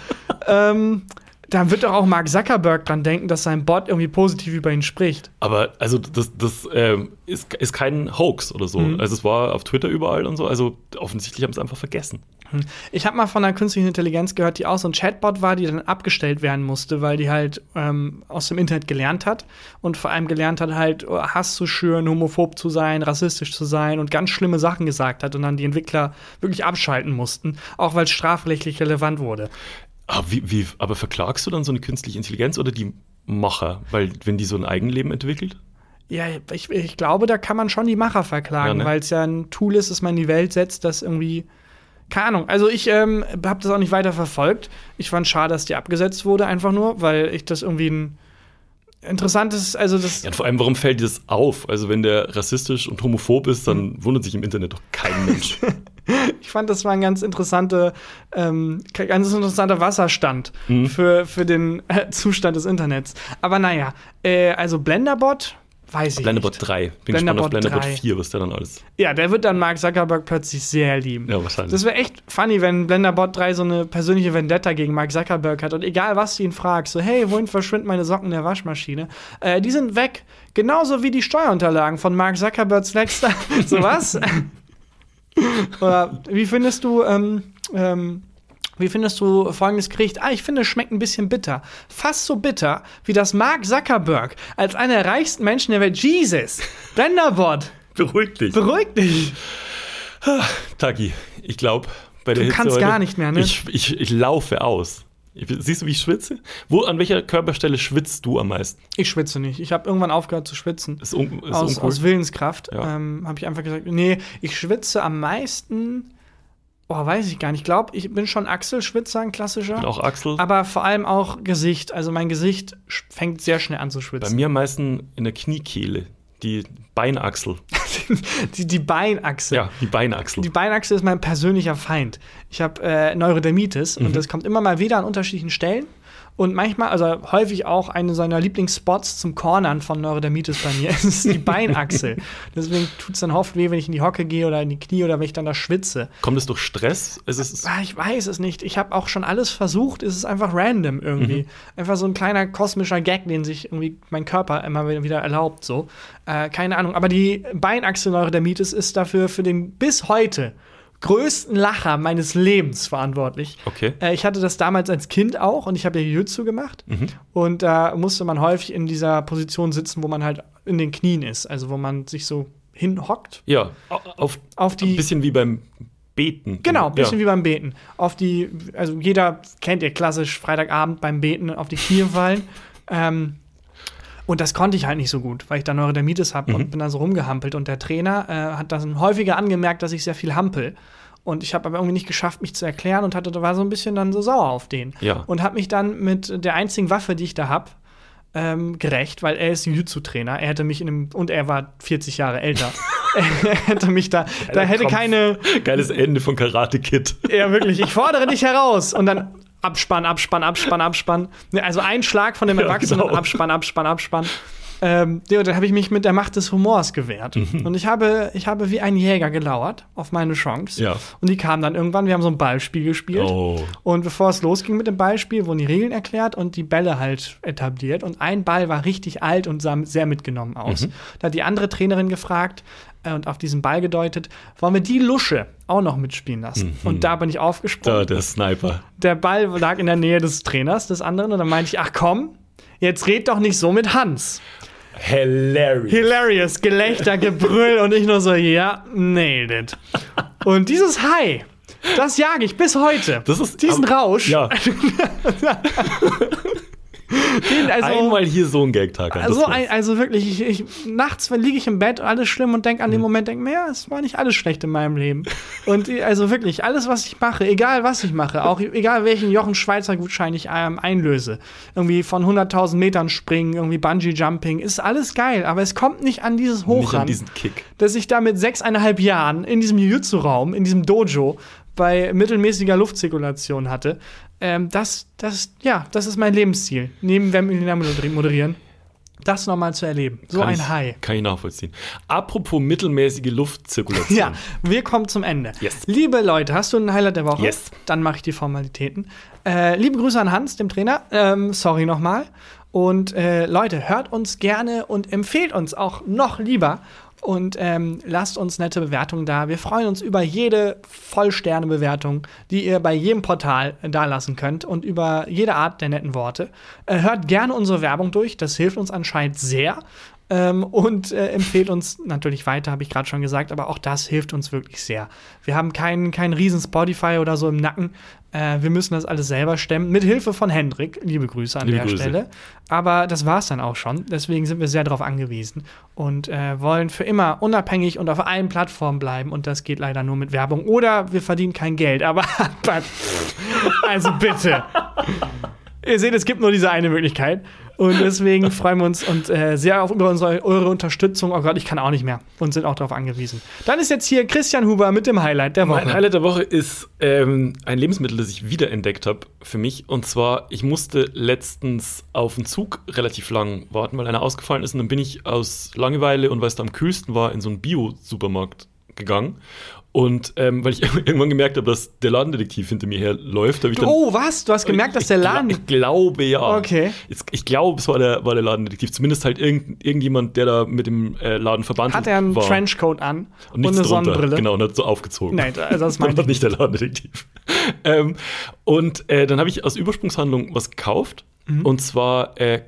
S2: ähm, dann wird doch auch Mark Zuckerberg dran denken, dass sein Bot irgendwie positiv über ihn spricht.
S3: Aber also das, das ähm,
S2: Mhm.
S3: ist, ist kein Hoax oder so. Also es war auf Twitter überall und so. Also offensichtlich haben sie es einfach vergessen.
S2: Ich habe mal von einer künstlichen Intelligenz gehört, die auch so ein Chatbot war, die dann abgestellt werden musste, weil die halt ähm, aus dem Internet gelernt hat und vor allem gelernt hat, halt Hass zu schüren, homophob zu sein, rassistisch zu sein und ganz schlimme Sachen gesagt hat und dann die Entwickler wirklich abschalten mussten, auch weil es strafrechtlich relevant wurde.
S3: Aber, Ah, wie, wie, aber verklagst du dann so eine künstliche Intelligenz oder die Macher? Weil, wenn die so ein Eigenleben entwickelt?
S2: Ja, ich, ich glaube, da kann man schon die Macher verklagen,
S3: Ja, ne?
S2: weil es ja ein Tool ist, das man in die Welt setzt, das irgendwie. Keine Ahnung. Also ich ähm, habe das auch nicht weiter verfolgt. Ich fand schade, dass die abgesetzt wurde, einfach nur, weil ich das irgendwie ein interessantes, also das.
S3: Ja, und vor allem, warum fällt dir das auf? Also, wenn der rassistisch und homophob ist, dann
S2: Mhm.
S3: wundert sich im Internet doch kein Mensch.
S2: Ich fand, das war ein ganz, interessante, ähm, ganz interessanter Wasserstand
S3: Mhm.
S2: für, für den äh, Zustand des Internets. Aber naja, äh, also Blenderbot, weiß ich
S3: Blendebot
S2: nicht.
S3: 3. Bin gespannt
S2: Blenderbot
S3: auf Blendebot
S2: 3.
S3: 4, was der dann alles.
S2: Ja, der wird dann Mark Zuckerberg plötzlich sehr lieben.
S3: Ja, wahrscheinlich.
S2: Das wäre echt funny, wenn Blenderbot 3 so eine persönliche Vendetta gegen Mark Zuckerberg hat und egal was du ihn fragst, so hey, wohin verschwinden meine Socken in der Waschmaschine? Äh, die sind weg. Genauso wie die Steuerunterlagen von Mark Zuckerbergs letzter. so was? Oder wie findest du, ähm, ähm, wie findest du folgendes Gericht? Ah, ich finde, es schmeckt ein bisschen bitter. Fast so bitter, wie das Mark Zuckerberg als einer der reichsten Menschen der Welt. Jesus! Blenderbot!
S3: Beruhig dich.
S2: Beruhig dich!
S3: Taki, ich glaube, bei der
S2: Du
S3: Hitze
S2: kannst
S3: heute,
S2: gar nicht mehr, ne?
S3: Ich, ich, ich laufe aus. Ich- Siehst du, wie ich schwitze? Wo, an welcher Körperstelle schwitzt du am meisten?
S2: Ich schwitze nicht. Ich habe irgendwann aufgehört zu schwitzen.
S3: Ist, un, ist
S2: aus,
S3: uncool.
S2: aus Willenskraft
S3: Ja.
S2: ähm, habe ich einfach gesagt, nee, ich schwitze am meisten. Boah, weiß ich gar nicht. Ich glaube, ich bin schon Achselschwitzer, ein klassischer.
S3: Und auch Axel.
S2: Aber vor allem auch Gesicht. Also mein Gesicht sch- fängt sehr schnell an zu
S3: Bei
S2: schwitzen.
S3: mir am meisten in der Kniekehle. Die Beinachsel.
S2: Die, die Beinachse.
S3: Ja, die Beinachsel.
S2: Die Beinachse ist mein persönlicher Feind. Ich habe äh, Neurodermitis und das kommt immer mal wieder an unterschiedlichen Stellen. Und manchmal, also häufig auch eine seiner Lieblingsspots zum Cornern von Neurodermitis bei mir ist die Beinachsel. Deswegen tut es dann oft weh, wenn ich in die Hocke gehe oder in die Knie oder wenn ich dann da schwitze.
S3: Kommt es durch Stress? Es ist,
S2: Ah, Ich weiß es nicht. Ich habe auch schon alles versucht. Es ist einfach random irgendwie. Einfach so ein kleiner kosmischer Gag, den sich irgendwie mein Körper immer wieder erlaubt. So. Äh, keine Ahnung. Aber die Beinachselneurodermitis ist dafür für den bis heute größten Lacher meines Lebens verantwortlich.
S3: Okay.
S2: Äh, ich hatte das damals als Kind auch und ich habe ja Jutsu gemacht. Und da musste man häufig in dieser Position sitzen, wo man halt in den Knien ist. Also wo man sich so hinhockt
S3: ja, au- auf,
S2: auf die
S3: ein bisschen wie beim Beten.
S2: Genau, ein bisschen
S3: ja.
S2: wie beim Beten. Auf die, also jeder kennt ihr klassisch Freitagabend beim Beten auf die Knie fallen. ähm, und das konnte ich halt nicht so gut, weil ich da Neurodermitis habe
S3: Mhm.
S2: und bin da so rumgehampelt. Und der Trainer äh, hat dann häufiger angemerkt, dass ich sehr viel hampel. Und ich habe aber irgendwie nicht geschafft, mich zu erklären und hatte, war so ein bisschen dann so sauer auf den.
S3: Ja.
S2: Und habe mich dann mit der einzigen Waffe, die ich da habe, ähm, gerecht, weil er ist Jiu-Jitsu-Trainer. Er hätte mich in einem, und er war 40 Jahre älter. er hätte mich da, da hätte
S3: Kampf.
S2: keine,
S3: Geiles Ende von Karate Kid.
S2: ja, wirklich. Ich fordere dich heraus. Und dann Abspann, Abspann, Abspann, Abspann. Ne, Also ein Schlag von dem
S3: Ja,
S2: Erwachsenen,
S3: genau.
S2: Abspann, Abspann, Abspann. Ähm, ja, und dann habe ich mich mit der Macht des Humors gewehrt.
S3: Mhm.
S2: Und ich habe, ich habe wie ein Jäger gelauert auf meine Chance.
S3: Ja.
S2: Und die kamen dann irgendwann, wir haben so ein Ballspiel gespielt.
S3: Oh.
S2: Und bevor es losging mit dem Ballspiel, wurden die Regeln erklärt und die Bälle halt etabliert. Und ein Ball war richtig alt und sah sehr mitgenommen aus.
S3: Mhm.
S2: Da hat die andere Trainerin gefragt äh, und auf diesen Ball gedeutet, wollen wir die Lusche auch noch mitspielen lassen?
S3: Mhm.
S2: Und da bin ich aufgesprungen.
S3: Da, der Sniper.
S2: Der Ball lag in der Nähe des Trainers, des anderen. Und dann meinte ich, ach komm, jetzt red doch nicht so mit Hans.
S3: Hilarious.
S2: Hilarious, Gelächter, Gebrüll und ich nur so, ja, nailed it. Und dieses Hi, das jage ich bis heute.
S3: Das ist-
S2: Diesen
S3: aber-
S2: Rausch. Also
S3: Ja,
S2: den- also,
S3: einmal hier so ein Gag, Taka. Das
S2: Also,
S3: war's.
S2: ein, also wirklich, ich, ich, nachts liege ich im Bett, alles schlimm und denke an
S3: Mhm.
S2: den Moment, denke mir, ja, es war nicht alles schlecht in meinem Leben. Und äh, also wirklich, alles, was ich mache, egal was ich mache, auch egal welchen Jochen Schweizer Gutschein ich ähm, einlöse, irgendwie von 100.000 Metern springen, irgendwie Bungee-Jumping, ist alles geil, aber es kommt nicht an dieses Hoch
S3: Nicht
S2: ran
S3: an diesen Kick.
S2: dass ich da mit sechseinhalb Jahren in diesem Jiu-Jitsu-Raum, in diesem Dojo, bei mittelmäßiger Luftzirkulation hatte. Ähm, das, das, ja, das ist mein Lebensziel. Neben Wem Elina moderi- moderieren. Das nochmal zu erleben. So
S3: Kann
S2: ein
S3: ich-
S2: High.
S3: Kann ich nachvollziehen. Apropos mittelmäßige Luftzirkulation.
S2: Ja, wir kommen zum Ende.
S3: Yes.
S2: Liebe Leute, hast du ein Highlight der Woche?
S3: Yes.
S2: Dann mache ich die Formalitäten. Äh, liebe Grüße an Hans, dem Trainer. Ähm, sorry nochmal. Und äh, Leute, hört uns gerne und empfehlt uns auch noch lieber. Und ähm, lasst uns nette Bewertungen da. Wir freuen uns über jede Vollsterne-Bewertung, die ihr bei jedem Portal äh, da lassen könnt und über jede Art der netten Worte. Äh, hört gerne unsere Werbung durch, das hilft uns anscheinend sehr. Ähm, und äh, empfehlt uns natürlich weiter, habe ich gerade schon gesagt, aber auch das hilft uns wirklich sehr. Wir haben keinen kein riesen Spotify oder so im Nacken. Äh, wir müssen das alles selber stemmen, mit Hilfe von Hendrik. Liebe Grüße an
S3: Liebe
S2: der
S3: Grüße.
S2: Stelle. Aber das war's dann auch schon. Deswegen sind wir sehr darauf angewiesen und äh, wollen für immer unabhängig und auf allen Plattformen bleiben. Und das geht leider nur mit Werbung. Oder wir verdienen kein Geld. Aber also bitte. Ihr seht, es gibt nur diese eine Möglichkeit. Und deswegen freuen wir uns und äh, sehr auf über unsere, eure Unterstützung. Oh Gott, ich kann auch nicht mehr und sind auch darauf angewiesen. Dann ist jetzt hier Christian Huber mit dem Highlight der
S3: Mein
S2: Woche.
S3: Highlight der Woche ist ähm, ein Lebensmittel, das ich wiederentdeckt habe für mich. Und zwar, ich musste letztens auf einen Zug relativ lang warten, weil einer ausgefallen ist. Und dann bin ich aus Langeweile und weil es da am kühlsten war, in so einen Bio-Supermarkt gegangen. Und ähm, weil ich irgendwann gemerkt habe, dass der Ladendetektiv hinter mir herläuft, habe ich dann.
S2: Oh, was? Du hast gemerkt, dass der
S3: Ich gla-
S2: Laden.
S3: Ich glaube ja.
S2: Okay.
S3: Jetzt, ich glaube, es war der, war der Ladendetektiv. Zumindest halt irgend, irgendjemand, der da mit dem äh, Laden verbandelt
S2: Hat er einen
S3: war.
S2: Trenchcoat an und,
S3: nichts
S2: eine
S3: drunter.
S2: Sonnenbrille?
S3: Genau, und hat so aufgezogen.
S2: Nein, also das meinte
S3: war
S2: ich.
S3: nicht der Ladendetektiv. ähm, und äh, dann habe ich aus Übersprungshandlung was gekauft.
S2: Mhm.
S3: Und zwar äh,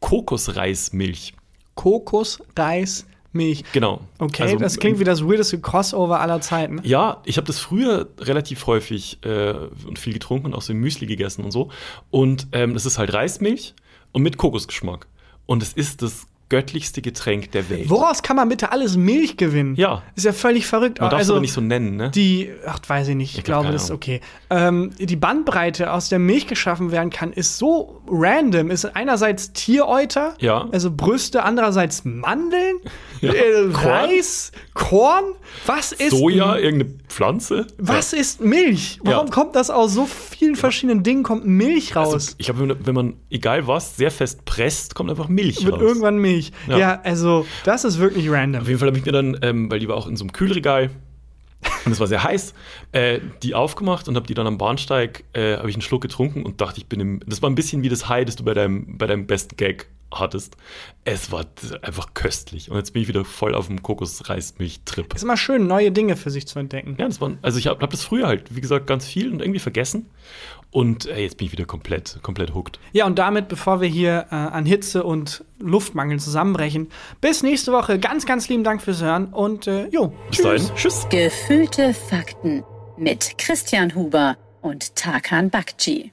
S3: Kokosreismilch.
S2: Kokos, Reis, Milch.
S3: Genau.
S2: Okay,
S3: Also,
S2: das klingt wie das weirdeste Crossover aller Zeiten.
S3: Ja, ich habe das früher relativ häufig äh, und viel getrunken und auch so Müsli gegessen und so. Und ähm, das ist halt Reismilch und mit Kokosgeschmack. Und es ist das göttlichste Getränk der Welt.
S2: Woraus kann man bitte alles Milch gewinnen?
S3: Ja.
S2: Ist ja völlig verrückt.
S3: Man darf es
S2: also,
S3: aber nicht so nennen, ne?
S2: die, ach, weiß ich nicht, ich
S3: Ich hab
S2: glaube,
S3: keine
S2: das ist
S3: Ahnung.
S2: okay. Ähm, die Bandbreite, aus der Milch geschaffen werden kann, ist so random. Ist einerseits Tieräuter,
S3: Ja.
S2: also Brüste, andererseits Mandeln,
S3: Ja.
S2: äh,
S3: Korn.
S2: Reis, Korn. Was ist
S3: Soja, irgendeine Pflanze?
S2: Was ist Milch? Warum
S3: Ja.
S2: kommt das aus so vielen verschiedenen Dingen kommt Milch raus?
S3: Also, ich glaube, wenn- wenn man, egal was, sehr fest presst, kommt einfach Milch
S2: wird
S3: raus.
S2: irgendwann Milch. Ja.
S3: Ja.
S2: also das ist wirklich
S3: Auf
S2: random.
S3: jeden Fall habe ich mir dann, ähm, weil die war auch in so einem Kühlregal und es war sehr heiß, äh, die aufgemacht und habe die dann am Bahnsteig, äh, habe ich einen Schluck getrunken und dachte, ich bin im. Das war ein bisschen wie das High, das du bei deinem, bei deinem besten Gag hattest. Es war d- einfach köstlich. Und jetzt bin ich wieder voll auf dem Kokosreismilch-Trip.
S2: Ist immer schön, neue Dinge für sich zu entdecken.
S3: Ja, das war, also ich habe hab das früher halt, wie gesagt, ganz viel und irgendwie vergessen. Und äh, jetzt bin ich wieder komplett, komplett hooked.
S2: Ja, und damit, bevor wir hier äh, an Hitze und Luftmangel zusammenbrechen, bis nächste Woche. Ganz, ganz lieben Dank fürs Hören und äh, jo.
S3: Bis dahin, tschüss.
S1: Gefühlte Fakten mit Christian Huber und Tarkan Bakci.